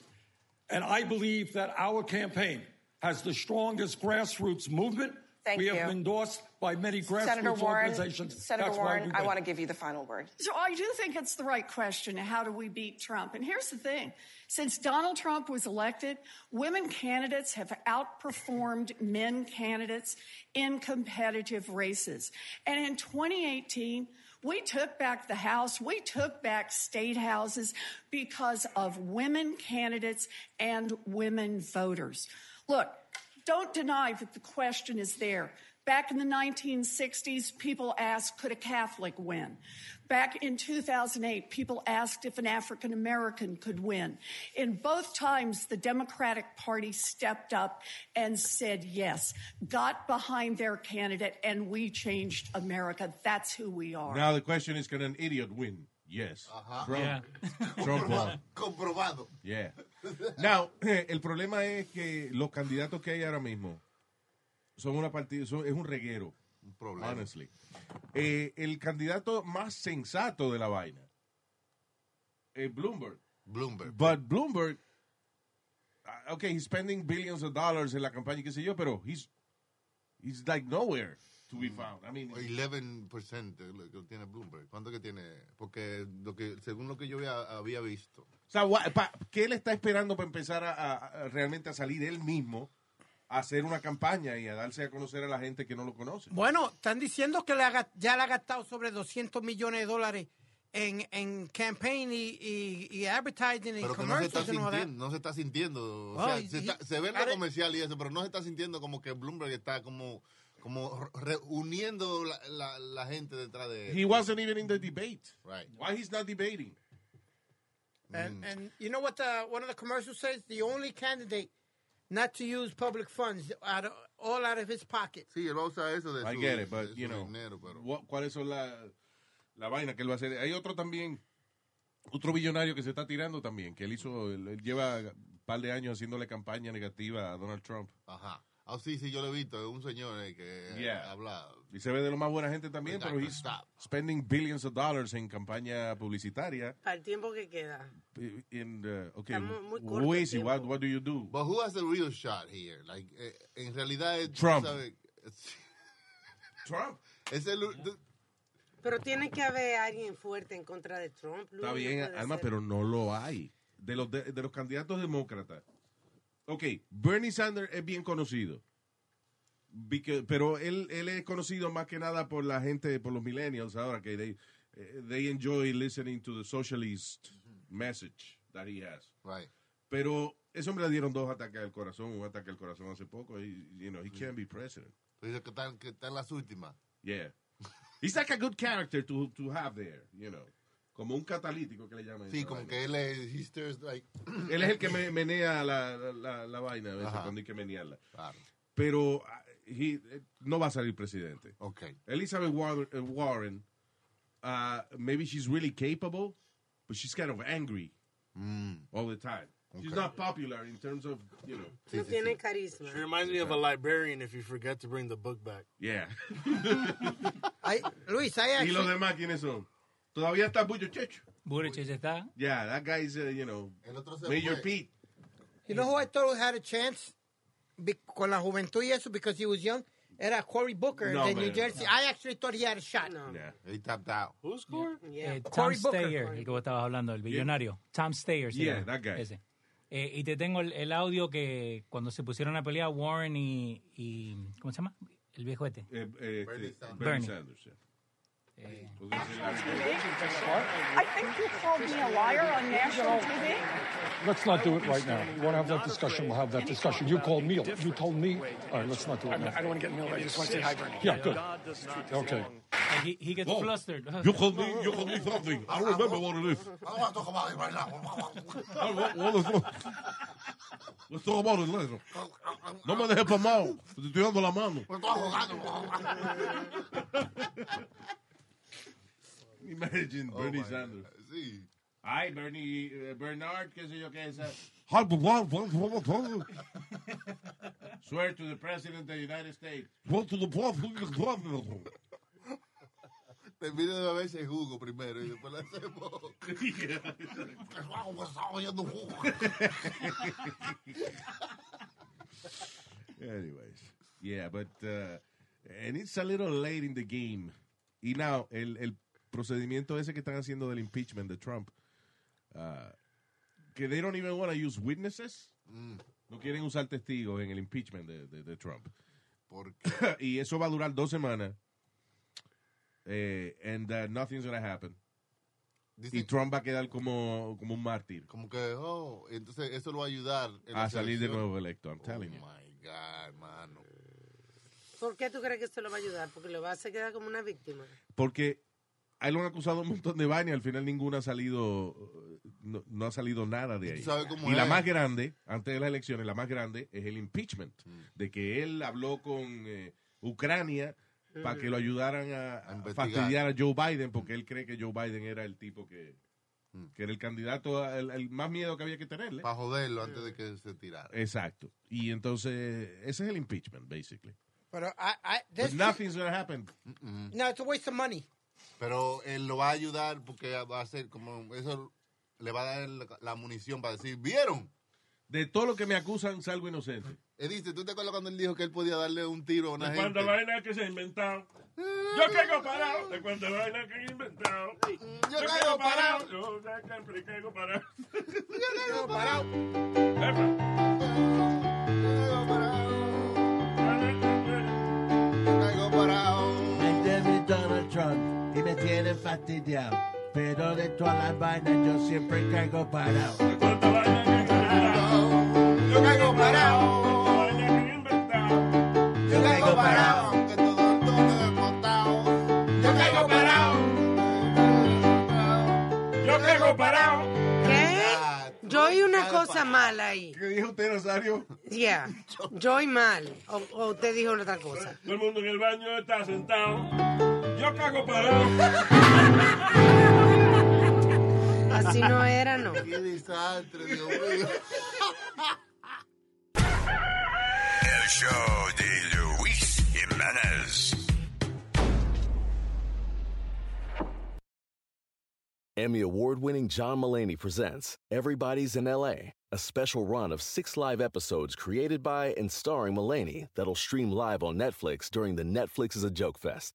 Speaker 18: And I believe that our campaign has the strongest grassroots movement.
Speaker 19: Thank
Speaker 18: we have
Speaker 19: you.
Speaker 18: been endorsed by many grassroots
Speaker 19: Senator Warren,
Speaker 18: organizations.
Speaker 19: Senator
Speaker 18: That's why we
Speaker 19: Warren, I
Speaker 18: win.
Speaker 19: want to give you the final word.
Speaker 16: So I do think it's the right question how do we beat Trump? And here's the thing since Donald Trump was elected, women candidates have outperformed [LAUGHS] men candidates in competitive races. And in 2018, we took back the House, we took back state houses because of women candidates and women voters. Look, don't deny that the question is there. Back in the 1960s, people asked, could a Catholic win? Back in 2008, people asked if an African American could win. In both times, the Democratic Party stepped up and said yes, got behind their candidate, and we changed America. That's who we are.
Speaker 1: Now the question is, can an idiot win? Yes.
Speaker 5: Ajá.
Speaker 1: Trump.
Speaker 5: Yeah.
Speaker 1: Trump
Speaker 5: [LAUGHS]
Speaker 1: won.
Speaker 5: Comprobado.
Speaker 1: Yeah. Now, [LAUGHS] el problema es que los candidatos que hay ahora mismo son una partida, son- es un reguero. Un
Speaker 5: problema.
Speaker 1: Honestly. Eh, el candidato más sensato de la vaina es Bloomberg.
Speaker 5: Bloomberg.
Speaker 1: But Bloomberg, ah, okay, he's spending billions of dollars en la campaña, qué sé yo, pero he's, he's like nowhere to be found. I mean,
Speaker 5: 11% eh, lo que tiene Bloomberg. ¿Cuánto que tiene? Porque lo que según lo que yo había, había visto.
Speaker 1: O sea, gua- pa- ¿qué él está esperando para empezar a, a- a realmente a salir él mismo a hacer una campaña y a darse a conocer a la gente que no lo conoce?
Speaker 6: Bueno, están diciendo que le ha gas- ya le ha gastado sobre 200 millones de dólares
Speaker 12: en, en campaign y, y, y advertising y
Speaker 5: Pero que no se, está
Speaker 12: commercials and all that.
Speaker 5: sintiendo, no se está sintiendo. O
Speaker 12: Oh,
Speaker 5: sea,
Speaker 12: y-
Speaker 5: se, está-
Speaker 12: y-
Speaker 5: se ve en
Speaker 12: I
Speaker 5: la
Speaker 12: don't-
Speaker 5: comercial y eso, pero no se está sintiendo como que Bloomberg está como, como re- reuniendo la, la, la gente detrás de él.
Speaker 1: He wasn't even in the debate.
Speaker 5: Right.
Speaker 1: Why he's not debating?
Speaker 12: And, and you know what the, one of the commercials says? The only candidate not to use public funds out of, all out of his pocket.
Speaker 5: Sí, él va a usar eso de
Speaker 1: I
Speaker 5: su-
Speaker 1: get it, but,
Speaker 5: de su
Speaker 1: you know,
Speaker 5: dinero, pero-
Speaker 1: what- ¿cuáles son la, la vaina que él va a hacer? Hay otro también, otro billonario que se está tirando también, que él hizo, él, él lleva un par de años haciéndole campaña negativa a Donald Trump.
Speaker 5: Ajá. Ah, sí, sí, yo lo he visto. Es un señor eh, que
Speaker 1: Yeah.
Speaker 5: habla.
Speaker 1: Y se ve de lo más buena gente también, pero he's spending billions of dollars en campaña publicitaria.
Speaker 7: Para el tiempo que queda.
Speaker 1: eh, in, uh, okay,
Speaker 7: Estamos muy corto
Speaker 1: Wazy,
Speaker 7: tiempo.
Speaker 1: what, what do you do?
Speaker 5: But who has the real shot here? Like, eh, en realidad es.
Speaker 1: Trump.
Speaker 5: Trump. Es el,
Speaker 7: Pero tiene que haber alguien fuerte en contra de Trump. Luis,
Speaker 1: Está
Speaker 7: no
Speaker 1: bien,
Speaker 7: puede
Speaker 1: Alma,
Speaker 7: ser.
Speaker 1: pero no lo hay. De los, de, de los candidatos demócratas. Ok, Bernie Sanders es bien conocido. Because- pero él, él es conocido más que nada por la gente, por los millennials ahora, que they, eh, they enjoy listening to the socialist message that he has.
Speaker 5: Mm-hmm. Right.
Speaker 1: Pero ese hombre le dieron dos ataques al corazón, un ataque al corazón hace poco. y, you know, he can't be president.
Speaker 5: Dice que están, que están las últimas.
Speaker 1: Yeah. [LAUGHS] He's like a good character to, to have there, you know. Como un catalítico que le llaman.
Speaker 5: Sí,
Speaker 1: esa
Speaker 5: como
Speaker 1: vaina.
Speaker 5: que él es. he stirs, like-
Speaker 1: Él es el
Speaker 5: [LAUGHS]
Speaker 1: que me- menea la, la- la- la vaina a veces
Speaker 5: Ajá.
Speaker 1: cuando hay que menearla.
Speaker 5: Claro.
Speaker 1: Pero ah, he- eh, no va a salir presidente.
Speaker 5: Okay.
Speaker 1: Elizabeth Warren, eh, Warren, ah, maybe she's really capable, but she's kind of angry
Speaker 5: Mm.
Speaker 1: all the time. She's
Speaker 9: Okay.
Speaker 1: not popular in terms of, you know.
Speaker 7: No tiene carisma.
Speaker 9: She reminds me of a librarian if you forget to bring the book back.
Speaker 1: Yeah.
Speaker 12: Luis,
Speaker 1: ¿Y los demás Ah, quiénes son? Todavía está Bullo Checho.
Speaker 10: Buttigieg está.
Speaker 1: Yeah, that guy's, uh, you know, Mayor Pete.
Speaker 12: You know who I thought had a chance Be- con la juventud y eso because he was young? Era Cory Booker
Speaker 5: No,
Speaker 12: de New
Speaker 5: man.
Speaker 12: Jersey. I actually thought he had a shot.
Speaker 1: Yeah.
Speaker 5: He tapped out.
Speaker 9: Who scored?
Speaker 10: Eh, Tom
Speaker 12: Cory Booker.
Speaker 10: Steyer, el que vos estabas hablando, el billonario. Tom Steyer. se
Speaker 1: Yeah,
Speaker 10: llama,
Speaker 1: that guy.
Speaker 10: ese. Eh, y te tengo el, el audio que cuando se pusieron a pelear Warren y, y- ¿Cómo se llama? El viejo este.
Speaker 1: eh, eh, Bernie Sanders.
Speaker 10: Bernie.
Speaker 1: yeah.
Speaker 16: I think you called me a liar on national TV.
Speaker 18: Let's not do it right now. We won't have that discussion. We'll have that discussion. You called me. You told me. All right, let's not do it now.
Speaker 20: I don't want to get in the middle. of it. I just want to say hi, Bernie.
Speaker 18: Yeah, good.
Speaker 20: does
Speaker 18: Okay.
Speaker 10: He, he gets
Speaker 18: Whoa.
Speaker 10: flustered.
Speaker 18: You called me- you
Speaker 1: called me something. I remember what it is.
Speaker 5: I don't want to talk about it right now.
Speaker 1: Ah, Let's talk about it later. No me dejes palmado. Te estoy dando la mano. Imagine
Speaker 5: Oh,
Speaker 1: Bernie
Speaker 5: my
Speaker 1: Sanders.
Speaker 5: Sí.
Speaker 1: Ay, Bernie, eh, Bernard, qué sé yo qué es. Swear to the President of the United States.
Speaker 5: Termina de beberse el jugo primero y después le hacemos.
Speaker 1: Anyways, yeah, but uh, and it's a little late in the game. Y now el, el procedimiento ese que están haciendo del impeachment de Trump, uh, que they don't even want to use witnesses.
Speaker 5: Mm.
Speaker 1: No quieren usar testigos en el impeachment de, de- de Trump. [COUGHS] y eso va a durar dos semanas. Eh, and uh, nothing's gonna happen. y Trump va a quedar como, como un mártir
Speaker 5: Como que, oh, entonces eso lo va a ayudar. en
Speaker 1: a
Speaker 5: la
Speaker 1: salir de
Speaker 5: selección. Oh Ah,
Speaker 1: nuevo electo. I'm telling you.
Speaker 5: My God, mano.
Speaker 7: ¿Por qué tú crees que esto lo va a ayudar? Porque lo va a hacer quedar como una víctima.
Speaker 1: Porque a él lo han acusado un montón de vainas y al final ninguna ha salido, eh, no, no ha salido nada de ahí.
Speaker 5: sabes cómo
Speaker 1: y la
Speaker 5: es.
Speaker 1: más grande, antes de las elecciones, la más grande es el impeachment,
Speaker 5: Mm.
Speaker 1: de que él habló con eh, Ucrania para que lo ayudaran a, a
Speaker 5: investigar.
Speaker 1: fastidiar a Joe Biden, porque él cree que Joe Biden era el tipo que, que era el candidato, a- el, el más miedo que había que tenerle.
Speaker 5: Para joderlo antes de que se tirara.
Speaker 1: Exacto. Y entonces, ese es el impeachment, basically.
Speaker 12: Pero I, I,
Speaker 1: But
Speaker 12: this,
Speaker 1: nothing's gonna happen.
Speaker 12: no, it's a waste of money.
Speaker 5: Pero él lo va a ayudar porque va a ser como. Eso le va a dar la- la munición para decir, ¿vieron?
Speaker 1: De todo lo que me acusan, salgo inocente.
Speaker 5: Él dice, ¿tú te acuerdas cuando él dijo que él podía darle un tiro a una
Speaker 8: De
Speaker 5: gente?
Speaker 8: cuánta vaina que se ha inventado. Yo caigo parado. De cuánta vaina que he inventado. Yo,
Speaker 5: caigo parado.
Speaker 8: Yo siempre caigo parado.
Speaker 5: Yo caigo parado.
Speaker 4: Este Me Donald Trump y me tienen fastidiado. Pero de todas las vainas yo siempre caigo parado.
Speaker 9: Yo caigo parado. Yo caigo parado. Yo caigo parado.
Speaker 7: Yo caigo parado. ¿Qué? Yo oí una cosa mal ahí.
Speaker 21: ¿Qué dijo usted, Rosario?
Speaker 7: Yeah. [LAUGHS] Yo oí mal. O, o usted dijo otra cosa.
Speaker 1: Todo el mundo en el baño está sentado. Yo cago parado.
Speaker 7: [LAUGHS] Así no era, no.
Speaker 5: Qué desastre,
Speaker 12: [LAUGHS]
Speaker 5: Dios mío.
Speaker 13: El show de Luis Jiménez.
Speaker 22: Emmy award winning John Mullaney presents Everybody's in LA, a special run of six live episodes created by and starring Mullaney that'll stream live on Netflix during the Netflix is a Joke Fest.